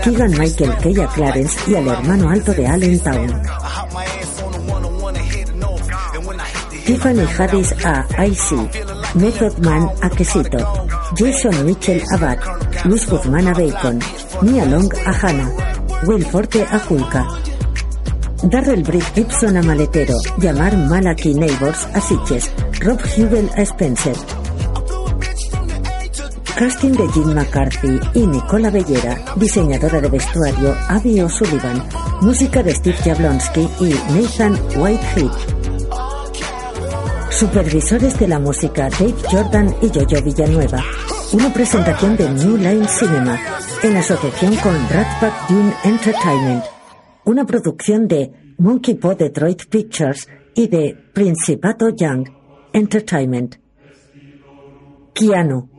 Keegan Michael Key a Clarence y al hermano alto de Allentown. Tiffany Haddish a Icy, Method Man a Quesito, Jason Mitchell a Bat, Luis Guzmán a Bacon, Mia Long a Hannah, Will Forte a Julka, Darrell Brick Gibson a Maletero, Yamar Malaki Neighbors a Sitches, Rob Hubel a Spencer. Casting de Jim McCarthy y Nicola Bellera, diseñadora de vestuario Abby O'Sullivan, música de Steve Jablonski y Nathan Whitehead. Supervisores de la música Dave Jordan y Yoyo Villanueva. Una presentación de New Line Cinema en asociación con Rat Pack Dune Entertainment. Una producción de Monkey Paw Detroit Pictures y de Principato Young Entertainment. Keanu,